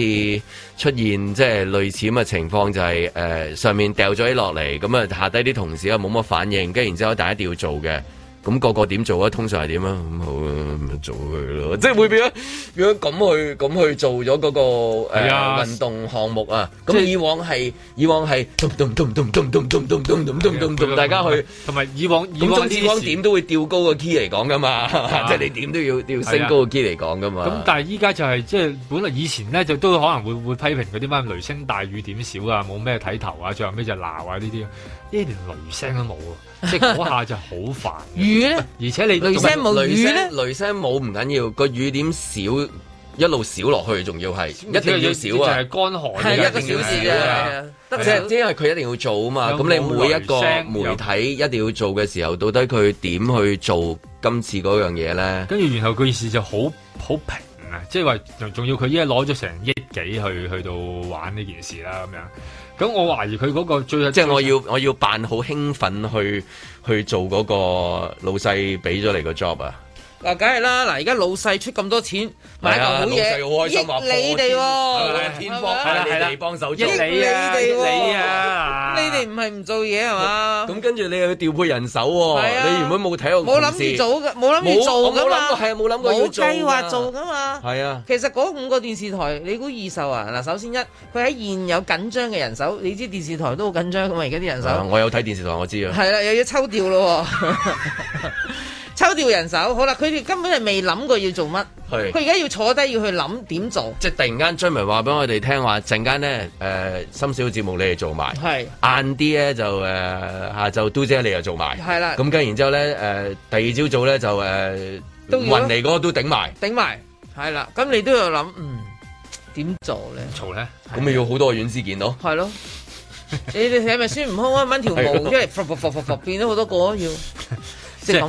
B: 出現即係類似咁嘅情況，就係、呃上面掉咗啲落嚟，咁啊下低啲同事啊冇乜反應，跟住然之後大家一定要做嘅，咁個個點做啊？通常係點啊？咁好啊，咁咪做佢咯，即係會變咗變咗咁去咁去做咗嗰、個誒、呃
R: 係啊
B: 運動項目啊。咁以往係以往係咚咚咚咚咚咚咚咚咚咚咚咚，大家去。
C: 同埋以往以
B: 咁
C: 往
B: 中
C: 啲
B: 之光
C: 時
B: 點都會調高個 key 嚟講噶嘛，
C: 啊
B: 即係你點都要要升高個 key 嚟講噶嘛。
C: 咁但係依家就係、即係本來以前咧就都可能會會批評嗰啲咩雷聲大雨點少啊，冇咩睇頭啊，最後尾就鬧啊呢啲，呢連雷聲都冇啊，即 係嗰下就好煩。
D: 雨咧，
C: 而且你
B: 雷聲冇
C: 雨
B: 雨咧，雷聲冇唔緊要，個雨點少一路少落去，仲要係一定要少
C: 就
B: 啊，
C: 係乾寒
B: 係
C: 嘅
B: 一個小時
C: 係
B: 啫
C: 啊，
B: 即係因為佢一定要做啊嘛。
C: 有
B: 咁你每一個
C: 冇雷聲
B: 媒體一定要做嘅時候，到底佢點去做今次嗰樣嘢咧？
C: 跟住然後佢件事就好好平啊，即係話仲仲要佢依家攞咗成億幾去去到玩呢件事啦咁樣。咁我懷疑佢嗰個最
B: 即係我要我要扮好興奮去去做嗰個老細俾咗你個 job 啊！
D: 嗱，梗係啦，嗱，而家老細出咁多錢買
B: 係
D: 嚿
B: 啊
D: 好嘢，
B: 老細好開心話
D: 益你哋喎，
B: 天
D: 係
B: 幫
D: 咪
B: 你哋幫手
D: 益
B: 做，
D: 你哋喎，
B: 你啊！
D: 你哋唔係唔做嘢係嘛？
B: 咁跟住你又要調配人手喎，
D: 係啊
B: 你原本冇睇過
D: 冇
B: 同事
D: 諗住做嘅，冇諗住做噶嘛，
B: 冇我冇諗過係啊冇諗過要做㗎
D: 冇計劃做噶嘛。
B: 係啊，
D: 其實嗰五個電視台，你估二手啊？嗱，首先一，佢喺現有緊張嘅人手，你知電視台都好緊張噶嘛，而家啲人手。
B: 啊我有睇電視台，我知啊。
D: 係啦，又要抽調咯喎， 抽調人手。好啦，佢哋根本係未諗過要做乜，
B: 係
D: 佢而家要坐低要去諗點做。
B: 即係突然間張文話俾我哋聽話，陣間咧誒深宵節目你哋做埋，
D: 係
B: 晏啲咧就誒、呃下晝嘟姐你又做埋，
D: 係啦
B: 咁跟然之後咧誒、呃第二朝早咧就誒、呃、
D: 都要啊
B: 雲嚟嗰個都頂埋，
D: 頂埋，係啦。咁你都要諗，嗯，點做咧？
C: 嘈咧，
B: 咁咪要好多個阮之健咯。
D: 係咯。你哋睇咪孫悟空啊，掹條毛
B: 係咯
D: 出嚟，伏伏伏伏伏變咗好多個啊要。即 係咁，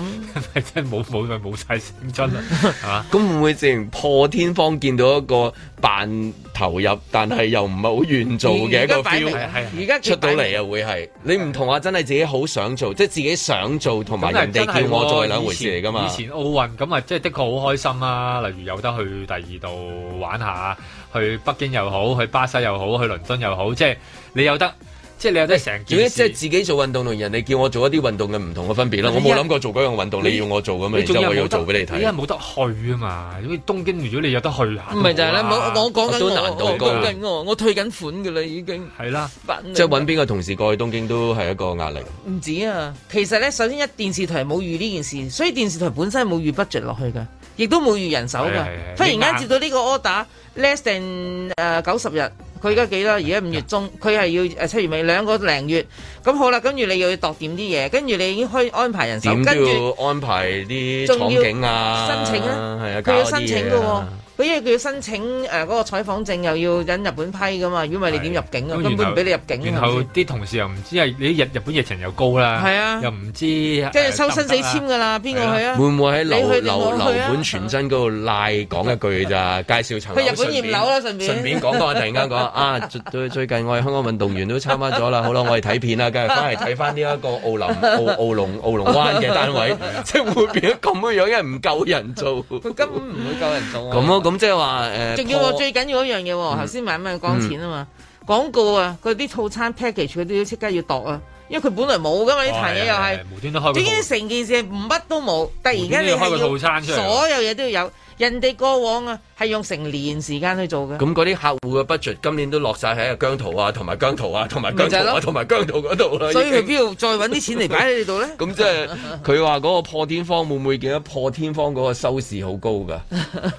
C: 咪真係冇冇咪冇晒青春啦，係嘛？
B: 咁會唔會直情破天荒見到一個扮投入，但係又唔係好願做嘅一個
D: 而家擺
B: feel？
D: 明係而家
B: 出到嚟啊，會係你唔同話真係自己好想做，即係自己想做同埋
C: 咁
B: 人
C: 但係
B: 哋
C: 真係
B: 叫我做係
C: 喎
B: 兩回事嚟噶嘛
C: 以。前以前奧運咁啊，即係的確好開心啊！例如有得去第二度玩下，去北京又好，去巴西又好，去倫敦又好，即係你有得，即係你有得成
B: 總
C: 件
B: 之即係
C: 事。
B: 自己做運動同人哋叫我做一啲運動嘅唔同嘅分別啦。我冇諗過做嗰樣運動，你要我做咁嘛，然之後我要做俾你
C: 因為
B: 睇。
C: 冇得去啊嘛。因為東京如果你有得去下，
D: 唔係就係咧，冇我講緊
B: 都
D: 我，
B: 難度
D: 我
B: 高
D: 講緊我，我退緊款㗎啦已經。
C: 係啦，
B: 即係揾邊個同事過去東京都係一個壓力。
D: 唔止啊！其實咧，首先一電視台冇預呢件事，所以電視台本身係冇預 budget 落去嘅，亦都冇預人手
B: 係係
D: 嘅
B: 係。
D: 忽然間
B: 你
D: 接到呢個 order，less than 誒九十日，佢而家幾
B: 嗯
D: 多？而家五月中，佢係要誒呃七月尾兩個零月。咁好啦，跟住你又要度點啲嘢，跟住你已經可以安排人手，
B: 點
D: 跟
B: 都
D: 住
B: 要安排啲
D: 仲
B: 廠
D: 要
B: 景啊，
D: 申請啊
B: 係啊，
D: 佢要申請嘅
B: 嘅
D: 喎。佢因為佢要申請誒嗰個採訪證，又要引日本批噶嘛，如果唔係你點入境啊？
C: 咁
D: 根
C: 然
D: 本
C: 後
D: 唔俾你入境
C: 然
D: 啊！係咪
C: 後
D: 先
C: 啲同事又唔知係你日日本疫情又高啦，
D: 係啊
C: 又唔知
D: 即
C: 即
D: 係
B: 啊
D: 收生死簽㗎啦，邊個去啊？
B: 會唔會喺
D: 你
B: 樓
D: 去另
B: 樓
D: 外
B: 樓
D: 去啊
B: 盤傳真嗰度賴講一句咋？介紹層
D: 去日本驗樓啦順便
B: 順便講講，突然間講啊，最最近我哋香港運動員都參加咗啦，好啦，我哋睇片啦，跟住翻嚟睇翻呢一個奧林 奧奧龍奧龍灣嘅單位，即係會變咗咁嘅樣，因為唔夠人做。
D: 佢根本唔會夠人做啊！
B: 咁咯，咁即係話誒，
D: 仲要我
B: 破
D: 最緊要一樣嘢
C: 嗯
D: 喎，頭先慢慢講錢啊嘛，廣告啊，嗰啲套餐 package 佢都要即刻要度啊，因為佢本來冇噶嘛，呢壇嘢
C: 哦
D: 又係。
C: 無端端開個
D: 已經成件事係乜都冇，突然間你
C: 無端端要開個
D: 係
C: 套餐出嚟
D: 所有嘢都要有。人哋過往啊係用成年時間去做嘅。
B: 咁嗰啲客戶嘅 budget 今年都落晒喺姜濤啊，同埋姜濤啊，同埋姜
D: 咪就係
B: 濤
D: 咯
B: 啊，同埋姜濤嗰度啦。
D: 所以
B: 已經
D: 佢邊度再揾啲錢嚟 擺喺 你度咧？
B: 咁即係佢話嗰個破天荒會唔會記得破天荒嗰個收視好高
D: 啊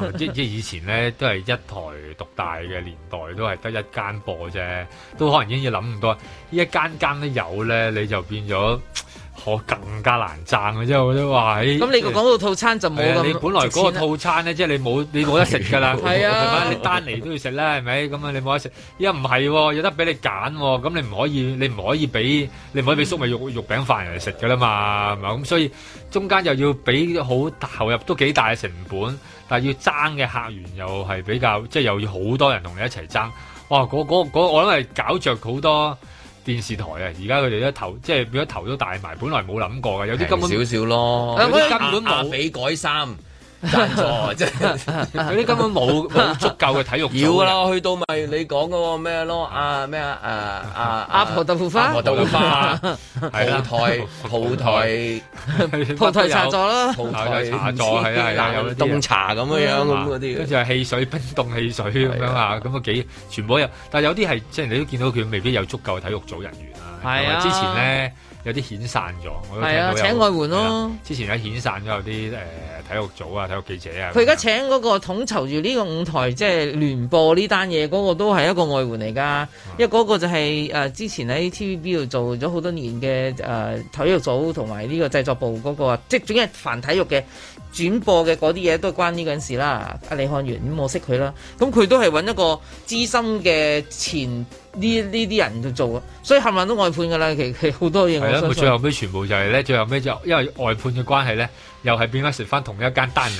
B: 㗎？
C: 即即以前咧都係一台獨大嘅年代，都係得一間播啫，都可能已經要諗咁多。呢一間間都有咧，你就變咗可更加難爭啊嘅，即係我都話喺。
D: 咁你個廣告套餐就冇
C: 係啊
D: 咁
C: 你本來嗰個
D: 值錢啦
C: 套餐咧，即係你冇 你冇得食㗎啦，
D: 係啊
C: 係咪你單嚟都要食啦，係咪？咁啊，你冇得食。依家唔係喎，有得俾你揀喎，咁你唔可以，你唔可以俾你唔可以俾粟米肉肉餅飯人哋食㗎啦嘛，係咪？咁所以中間又要俾好大投入都幾大嘅成本，但係要爭嘅客源又係比較，即係又要好多人同你一齊爭。哇！嗰嗰嗰，我諗係搞着好多。電視台啊，而家佢哋一頭即係變咗頭都大埋，本來冇諗過嘅，有啲根本
B: 平少少咯
D: 啊
C: 有啲根本
B: 阿
C: 冇
B: 比改衫。贊 助即係
C: 嗰啲根本冇冇足夠嘅體育組
B: 要
D: 啊
C: 嘅
B: 啦，去到咪你講嗰個咩咯？啊咩啊啊啊
D: 阿婆豆腐花
B: 阿婆豆腐 花，
C: 係啦
B: 蒲台蒲 台
D: 蒲台茶座啦
B: 蒲台
C: 啊茶座係啊係啊，有
B: 凍茶咁樣樣咁嗰啲。
C: 跟住係汽水、冰凍汽水咁樣啊，咁啊幾全部都有，但係有啲係即係你都見到佢未必有足夠嘅體育組人員啊。
D: 係啊
C: 同埋之前咧有啲遣散咗，我都聽
D: 係啊
C: 到有
D: 請外援咯
C: 係啊之前有遣散咗有啲誒體育組啊、體育記者啊。
D: 佢而家請嗰個統籌住呢個五台即係聯播呢單嘢，嗰、個都係一個外援嚟
B: 啊
D: 㗎，因為嗰個就係、呃之前喺 TVB 度做咗好多年嘅誒、呃、體育組同埋呢個製作部嗰、個，即係總之係凡體育嘅轉播嘅嗰啲嘢都關呢個人事啦。阿李漢源咁我識佢啦，咁佢都係揾一個資深嘅前
B: 嗯
D: 呢呢啲人去做啊，所以冚唪唥都外判㗎啦。其實好多嘢我
C: 係啦，咁
D: 相信
B: 啊
C: 最後。尾全部就係咧，最後尾就因為外判嘅關係咧，又係變翻食翻同一間丹尼。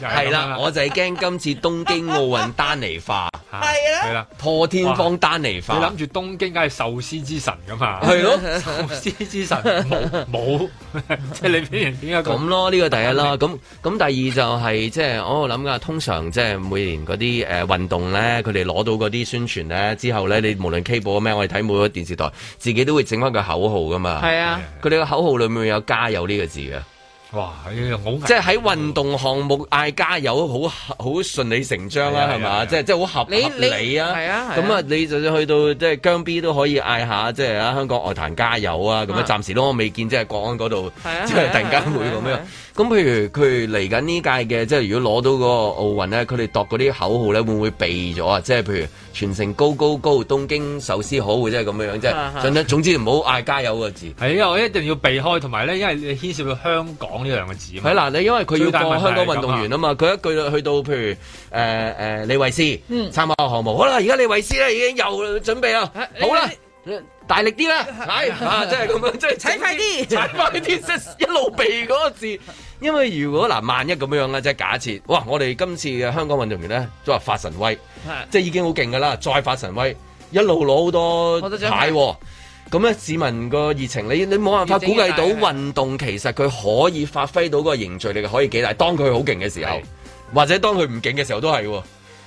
B: 係啦，我就係驚今次東京奧運丹尼 化，係
D: 啊，
C: 係啦，
B: 破天荒丹尼
C: 你
B: 化
C: 諗，住東京梗係壽司之神噶嘛？
B: 係咯
C: 壽司之神冇冇， 即係你俾人點解
B: 咁咯，呢個第一啦。咁咁第二就係即係我諗噶，通常即係每年嗰啲呃誒運動咧，佢哋攞到嗰啲宣傳咧之後咧，你無論 K 部咩，我哋睇每個電視台，自己都會整翻個口號噶嘛。
D: 係啊，
B: 佢哋個口號裏面有加油呢個字嘅。
C: 哇！好
B: 即係喺運動項目嗌加油，好好順理成章啦，係啊嘛？即係即係好合
D: 你
B: 合理啊！
D: 你係啊係啊
B: 咁啊，你就算去到即係姜 B 都可以嗌下，即係啊香港樂壇加油啊！咁啊
D: 啊，
B: 暫時都我未見即係國安嗰度
D: 係啊，
B: 即係突然間會
D: 係啊
B: 咁
D: 係
B: 樣
D: 啊。
B: 咁譬如佢嚟緊呢屆嘅，即係如果攞到嗰個奧運咧，佢哋度嗰啲口號咧，會唔會避咗啊？即係譬如全城高高高，東京壽司好，即係咁樣樣，即
C: 啊
B: 係
C: 啊
B: 總之總之唔好嗌加油個字。
C: 係因啊為我一定要避開，同埋咧，因為你牽涉到香港呢兩個字嘛。
B: 係啦，你因為佢要
C: 最大
B: 播
C: 問題
B: 香
C: 係
B: 港
C: 咁
B: 運動員啊嘛，佢一句去到譬如誒誒、呃呃李慧詩
D: 嗯啊
B: 參加項目，好啦，而家李慧詩咧已經又準備啦，好啦。大力啲 啦，係啊，即係咁樣，即係
D: 踩快啲
B: 踩快啲，即係一路避嗰個字。因為如果嗱，萬一咁樣啦，即係假設，哇！我哋今次嘅香港運動員咧，都話發神威，即係 已經好勁噶啦，再發神威，一路攞好
D: 攞
B: 多
D: 到獎
B: 牌喎。咁咧，市民個熱情，你你冇辦法估計到
D: 越整越大
B: 運動其實佢可以發揮到個凝聚力可以幾大。當佢好勁嘅時候，或者當佢唔勁嘅時候都係喎。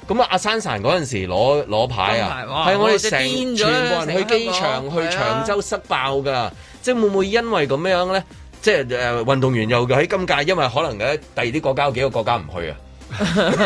B: 咁啊，阿珊珊嗰陣時攞攞牌啊，
D: 金牌哇
B: 係我
D: 我
B: 哋
D: 真
B: 成
D: 係癲咗
B: 全部人
D: 啊
B: 去
D: 成個
B: 機
D: 香
B: 場
D: 港
B: 去
D: 係啊
B: 長洲塞爆㗎，即係會唔會因為咁樣咧？即係誒、呃、運動員又喺今屆，因為可能嘅第二啲國家有幾個國家唔去啊。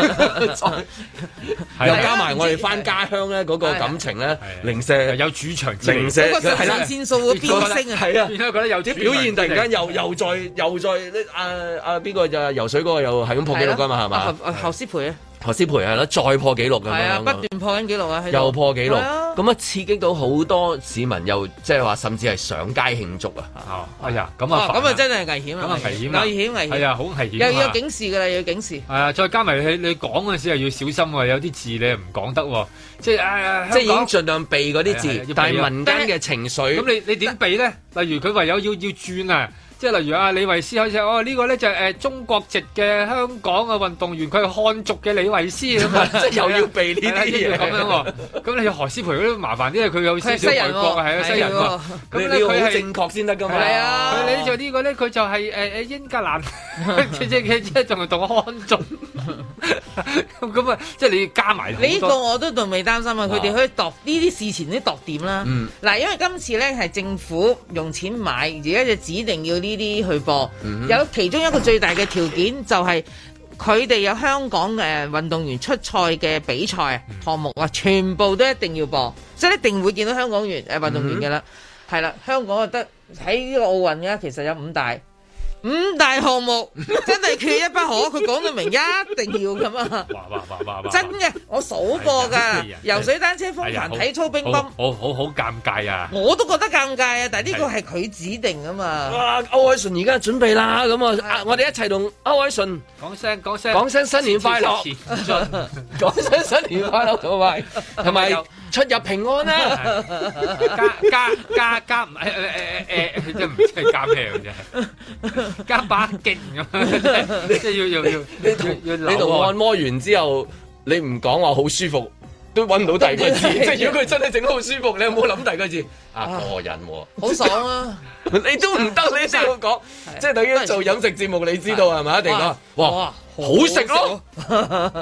C: 係啊
B: 又加埋我哋翻家鄉咧嗰個感情咧，零舍
C: 有主場之利
B: 零舍
C: 嗰個
B: 係啦
C: 腎上腺素嘅飆升啊
B: 係啊，
C: 變咗覺得有
B: 啲
C: 主場
B: 表現突然間
C: 之利
B: 又又再又再呢啊啊邊個就游水嗰個又係咁破紀錄㗎嘛係嘛？
D: 何何詩蓓啊，
B: 何詩蓓係啦，再破紀錄咁
D: 係
B: 樣
D: 啊，不
B: 咯，
D: 斷破緊紀錄啊，喺度
B: 又破紀
D: 係啊
B: 錄。
G: 啊，
B: 咁啊刺激到好多市民又即係話，甚至係上街慶祝啊！
C: 哎呀，
B: 咁
D: 哦咁啊真係危險啊！
C: 咁啊危險啊
D: 危險危險，
C: 係啊好危險啊
D: 又要有警示㗎啦，又要警示。
C: 係啊，再加埋你你講嗰陣時又要小心喎，有啲字你又唔講得喎，即係誒，
B: 即係已經盡量避嗰啲字
C: 啊
B: 但係民間嘅情緒，
C: 咁你你點避咧？例如佢唯有要要轉啊，即係例如啊李維斯開始哦呢個咧就係誒中國籍嘅香港嘅運動員，佢係漢族嘅李維斯咁啊
B: 即係又要避呢啲
C: 係啦
B: 嘢
C: 要咁樣喎。咁你何詩蓓嗰啲麻煩啲，因為佢有少
B: 佢係西
C: 少
B: 人
C: 外
B: 喎
C: 國係啊西人
B: 係喎
C: 喎。咁
B: 你
C: 咧
B: 你要
C: 佢
B: 好
C: 係
B: 正確先得㗎嘛
C: 係
B: 係
C: 佢呢就呢個咧，佢就係誒誒英格 蘭，即即即即仲係同我漢族。 咁咁啊，即係你要加埋好多
D: 你呢個我都仲未擔心啊！佢哋可以度呢啲事前都度點啦
C: 嗯。
D: 嗱，因為今次咧係政府用錢買，而家就指定要呢啲去播
G: 嗯。
D: 有其中一個最大嘅條件就係佢哋有香港誒運動員出賽嘅比賽項目啊，全部都一定要播，所以一定會見到香港員誒運動員嘅啦。
C: 嗯
D: 係啦，香港就得喺呢個奧運啊，其實有五大。五大 項目真係缺一不可，佢講到明一定要咁啊！
C: 哇哇哇哇！
D: 真嘅，我數過㗎
C: 係啊，
D: 游水、單車、風
C: 哎呀
D: 帆、體操、乒乓
C: 好，好好好尷尬 啊！
D: 我都覺得尷尬啊！但係呢個係佢指定啊嘛。
B: 啊，歐鎧淳而家準備啦，咁啊啊，我哋一齊同歐鎧淳
C: 講聲講聲
B: 講聲新年快樂
C: 前，
B: 講聲新年快樂同 埋同埋出入平安 啦。
C: 加加加唔誒誒誒誒，真唔知係加咩 嘅啫，加把勁咁樣，即係要要要要
B: 你同按摩完之後，你唔講話好舒服，都揾唔到第二個字。即係如果佢 真係整得好舒服，你有冇諗第二個字？ 啊，過癮喎！
D: 好爽啊！
B: 你都唔得， 你一定要講，即係等於做飲食節目，你知道係咪？一定講，哇，好食咯！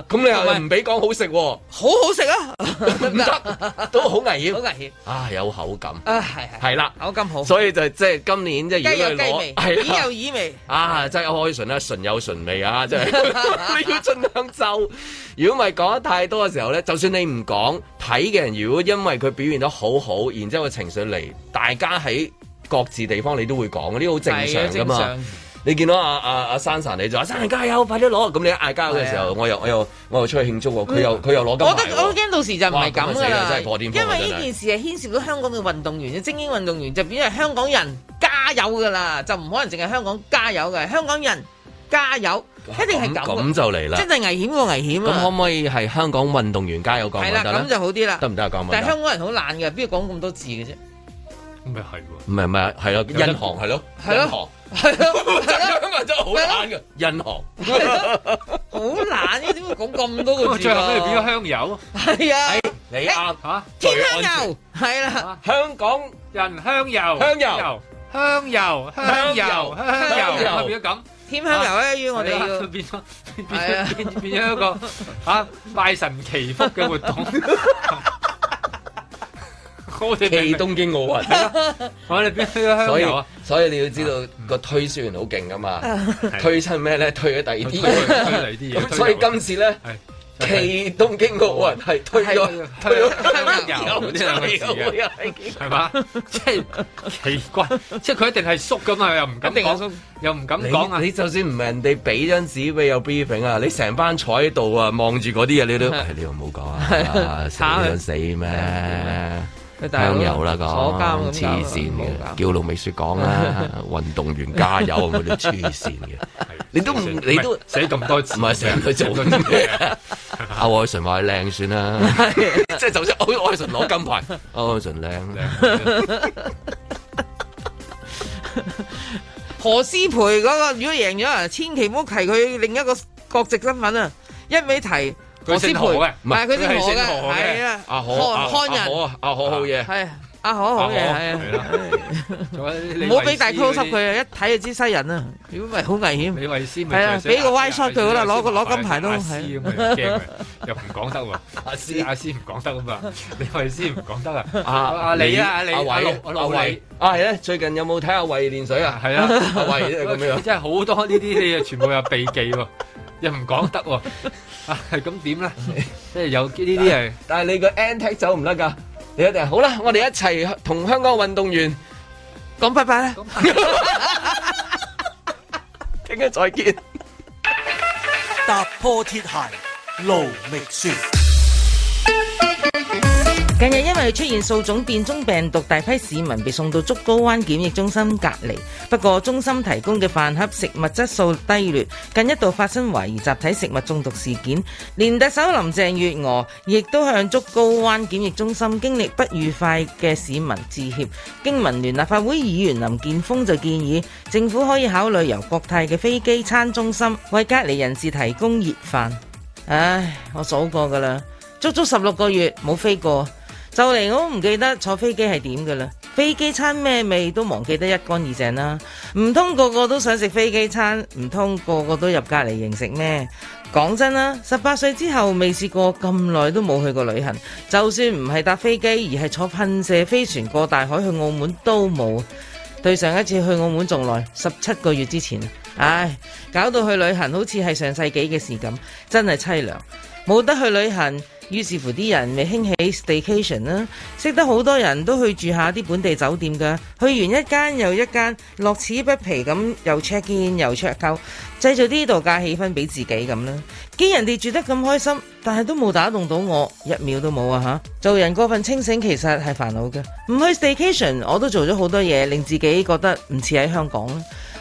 B: 咁你又唔俾講好食喎？
D: 好好食啊！
B: 唔得，都好危險，
D: 好危險
B: 啊！有口 感，
D: 啊！係係
B: 係啦，
D: 口感好，
B: 所以就即係今年即係
D: 雞有
B: 如
D: 雞
B: 果
D: 味
B: 你攞，係啦
D: 耳有耳味。
B: 啊，真係開唇啦，唇有唇味 啊，真係 你要盡量就。如果唔係講得太多嘅時候咧，就算你唔講睇嘅人，如果因為佢表現得好好，然之後個情緒嚟，大家喺各自地方你都會講，呢啲好正常噶
D: 係啊正
B: 嘛
D: 常。
B: 你見到阿阿阿珊珊，你就話珊珊加油，快啲攞！咁你一嗌交嘅時
D: 係
B: 候，
D: 啊
B: 我又我又我又出去慶祝喎，佢又
D: 嗯
B: 佢又攞金
D: 我
B: 牌
D: 覺
B: 喎
D: 得我驚到時就唔係
B: 哇
D: 咁
B: 咁
D: 噶
B: 啊死啦
D: 啦，
B: 真係破天荒啊
D: 因為呢
B: 真係
D: 件事係牽涉到香港嘅運動員、精英運動員，就變咗係香港人加油噶啦，就唔可能淨係香港加油嘅，香港人加油，一定係咁㗎。
B: 咁就嚟啦
D: 真係危險過危險
B: 咁可
D: 啊！
B: 唔可以係香港運動員加油講
D: 係
B: 得
D: 啦，
B: 呢
D: 咁就好啲啦。
B: 得唔得啊？講唔
D: 但係
B: 得？
D: 香港人好懶嘅，邊度講咁多字嘅啫？
C: 咪係喎。
B: 唔係唔係，係咯，銀行係咯，
D: 係
B: 銀行
D: 咯，係咯，
B: 香港人真係好懶 嘅，銀行。
D: 好懶嘅，點會講咁多個
C: 咁
D: 字？
C: 最後尾變咗香油，
D: 係啊，
B: 你啱
C: 嚇，
D: 天香油係啦，
B: 香港
C: 人香油，
D: 香
C: 油
D: 油，
C: 香油，香油，香油，變咗咁。
D: 添香油咧，於我哋
C: 係
D: 要
C: 啦變咗
D: 係啊
C: 變咗變咗一個嚇拜神祈福嘅活動。我哋
B: 期東京奧運，
C: 我哋邊去咗香
B: 所以
C: 油啊？
B: 所以你要知道個推雖然好勁噶嘛
D: 啊
C: 係，
B: 推親咩咧？ 推咗第二啲
C: 推
B: 嘢，
C: 推第二啲嘢
B: 咁所以今次咧，期東京奧運係推咗推咗
C: 香油呢兩個字啊，係
B: 係
C: 嘛？即係奇怪，即係佢一定係縮噶嘛，又唔敢講，又唔敢講啊！
B: 你就算唔係人哋俾張紙俾有 briefing 啊，你成班坐喺度啊，望住嗰啲嘢，你都哎唉你又冇講啊，死
D: 慘啊
B: 想死咩？
D: 大佬
B: 香油啦，
D: 坐監
B: 講
D: 咁搞
B: 黐線
D: 冇
B: 嘅，
D: 搞
B: 叫盧美雪講啦，運動員 加油，啊我哋 黐線嘅，你都唔你都
C: 寫咁多字，
B: 唔係成日都做咩？ 阿愛純話佢靚算啦， 即係就算阿愛純攞金牌，阿愛純 靚，
D: 何詩蓓嗰個，如果贏咗啊，千祈唔好提佢另一個國籍身份啊，一味提何
B: 佢
D: 詩
B: 姓何
D: 蓓
B: 嘅，
D: 唔係佢姓何
B: 佢係姓
D: 嘅，
B: 何嘅
D: 係啊，
B: 阿何
D: 漢
B: 阿
D: 漢
B: 阿何
D: 人，
B: 啊阿何好嘢
D: 係阿何好嘢，係啊。
C: 唔
D: 唔好俾大 close up 佢啊！一睇就知西人啊！如果唔係好危險。
C: 李慧詩咪
D: 係啊，
C: 就係寫
D: 俾個 Y shot 佢好啦，
C: 阿
D: 攞個
C: 詩
D: 攞金牌都
C: 阿
D: 係
C: 詩咁啊，驚啊又唔講得喎。阿詩阿詩唔講得啊嘛，李慧詩唔講得啊。
B: 阿
C: 阿李啊，阿李
B: 阿
C: 阿
B: 偉
C: 陸
B: 阿
C: 阿
B: 偉
C: 偉。
B: 啊係咧，最近有冇睇阿偉練水啊？
C: 係啊，
B: 阿偉都 係咁樣。
C: 真係好多呢啲你又全部有避忌喎，又唔講得喎，啊咁點咧？即係有呢啲係
B: 但係你個 antic 走唔甩㗎，你一定好啦，我哋一齊同香港運動員
D: 講拜拜啦，
B: 聽日再見。
S: 踏破鐵鞋路未雪。
D: 近日因為出現數種變種病毒，大批市民被送到竹篙灣檢疫中心隔離。不過，中心提供嘅飯盒食物質素低劣，近一度發生懷疑集體食物中毒事件。連特首林鄭月娥亦都向竹篙灣檢疫中心經歷不愉快嘅市民致歉。經民聯立法會議員林健鋒就建議政府可以考慮由國泰嘅飛機餐中心為隔離人士提供熱飯。唉，我數過噶啦，足足十六個月冇飛過，就嚟我都唔記得坐飛機係點噶啦。飛機餐咩味都忘記得一乾二淨啦，唔通個個都想食飛機餐，唔通個個都入隔離營食咩？講真啦，十八歲之後未試過咁耐都冇去過旅行，就算唔係搭飛機，而係坐噴射飛船過大海去澳門都冇。對上一次去澳門仲耐，十七個月之前，啊唉，搞到去旅行好似係上世紀嘅事咁，真係凄涼。冇得去旅行，於是乎啲人咪興起 staycation 啦。識得好多人都去住下啲本地酒店㗎，去完一間又一間，樂此不疲咁又 check in 又 check out，製造啲度假氣氛俾自己咁啦。見人哋住得咁開心，但係都冇打動到我，一秒都冇啊吓！做人過分清醒其實係煩惱嘅，唔去 staycation 我都做咗好多嘢，令自己覺得唔似喺香港啦。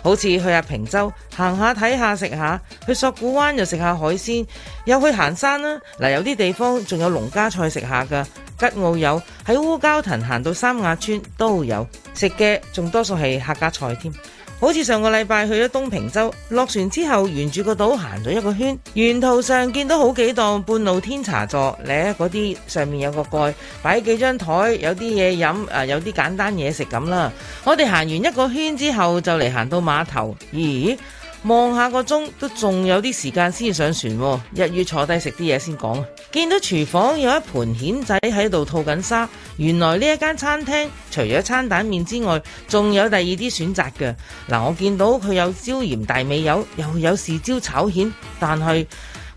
D: 好似去下平洲行下睇下食下，去索罟灣又食下海鮮，又去行山啦。嗱，有啲地方仲有農家菜食下噶，吉澳有，喺烏蛟騰行到三亞村都有食嘅，仲多數係客家菜添。好似上個禮拜去咗東平洲，落船之後沿住個島行咗一個圈，沿途上見到好幾檔半露天茶座咧，嗰啲上面有個蓋，擺幾張台，有啲嘢飲，啊有啲簡單嘢食咁啦。我哋行完一個圈之後，就嚟行到碼頭，咦？望下個鐘都仲有啲時間先上船喎，一於坐低食啲嘢先講。見到廚房有一盤蜆仔喺度吐緊沙，原來呢一間餐廳除咗餐蛋麵之外，仲有第二啲選擇嘅。嗱，我見到佢有椒鹽大尾油，又有豉椒炒蜆，但係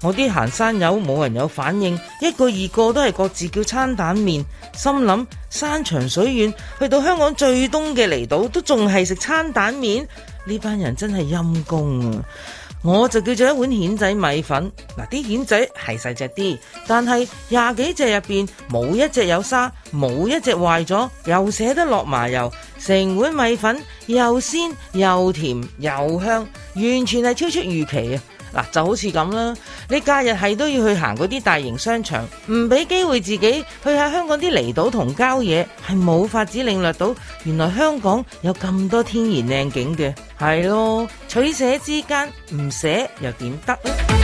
D: 我啲行山友冇人有反應，一個二個都係各自叫餐蛋麵，心諗山長水遠，去到香港最東嘅離島都仲係食餐蛋麵。呢班人真係陰公啊！我就叫咗一碗蜆仔米粉，嗱啲蜆仔係細隻啲，但係廿幾隻入邊冇一隻有沙，冇一隻壞咗，又捨得落麻油，成碗米粉又鮮又甜又香，完全係超出預期啊！嗱，就好似咁啦，你假日係都要去行嗰啲大型商場，唔俾機會自己去下香港啲離島同郊野，係冇法子領略到原來香港有咁多天然靚景嘅，係咯，取捨之間唔捨又點得呢？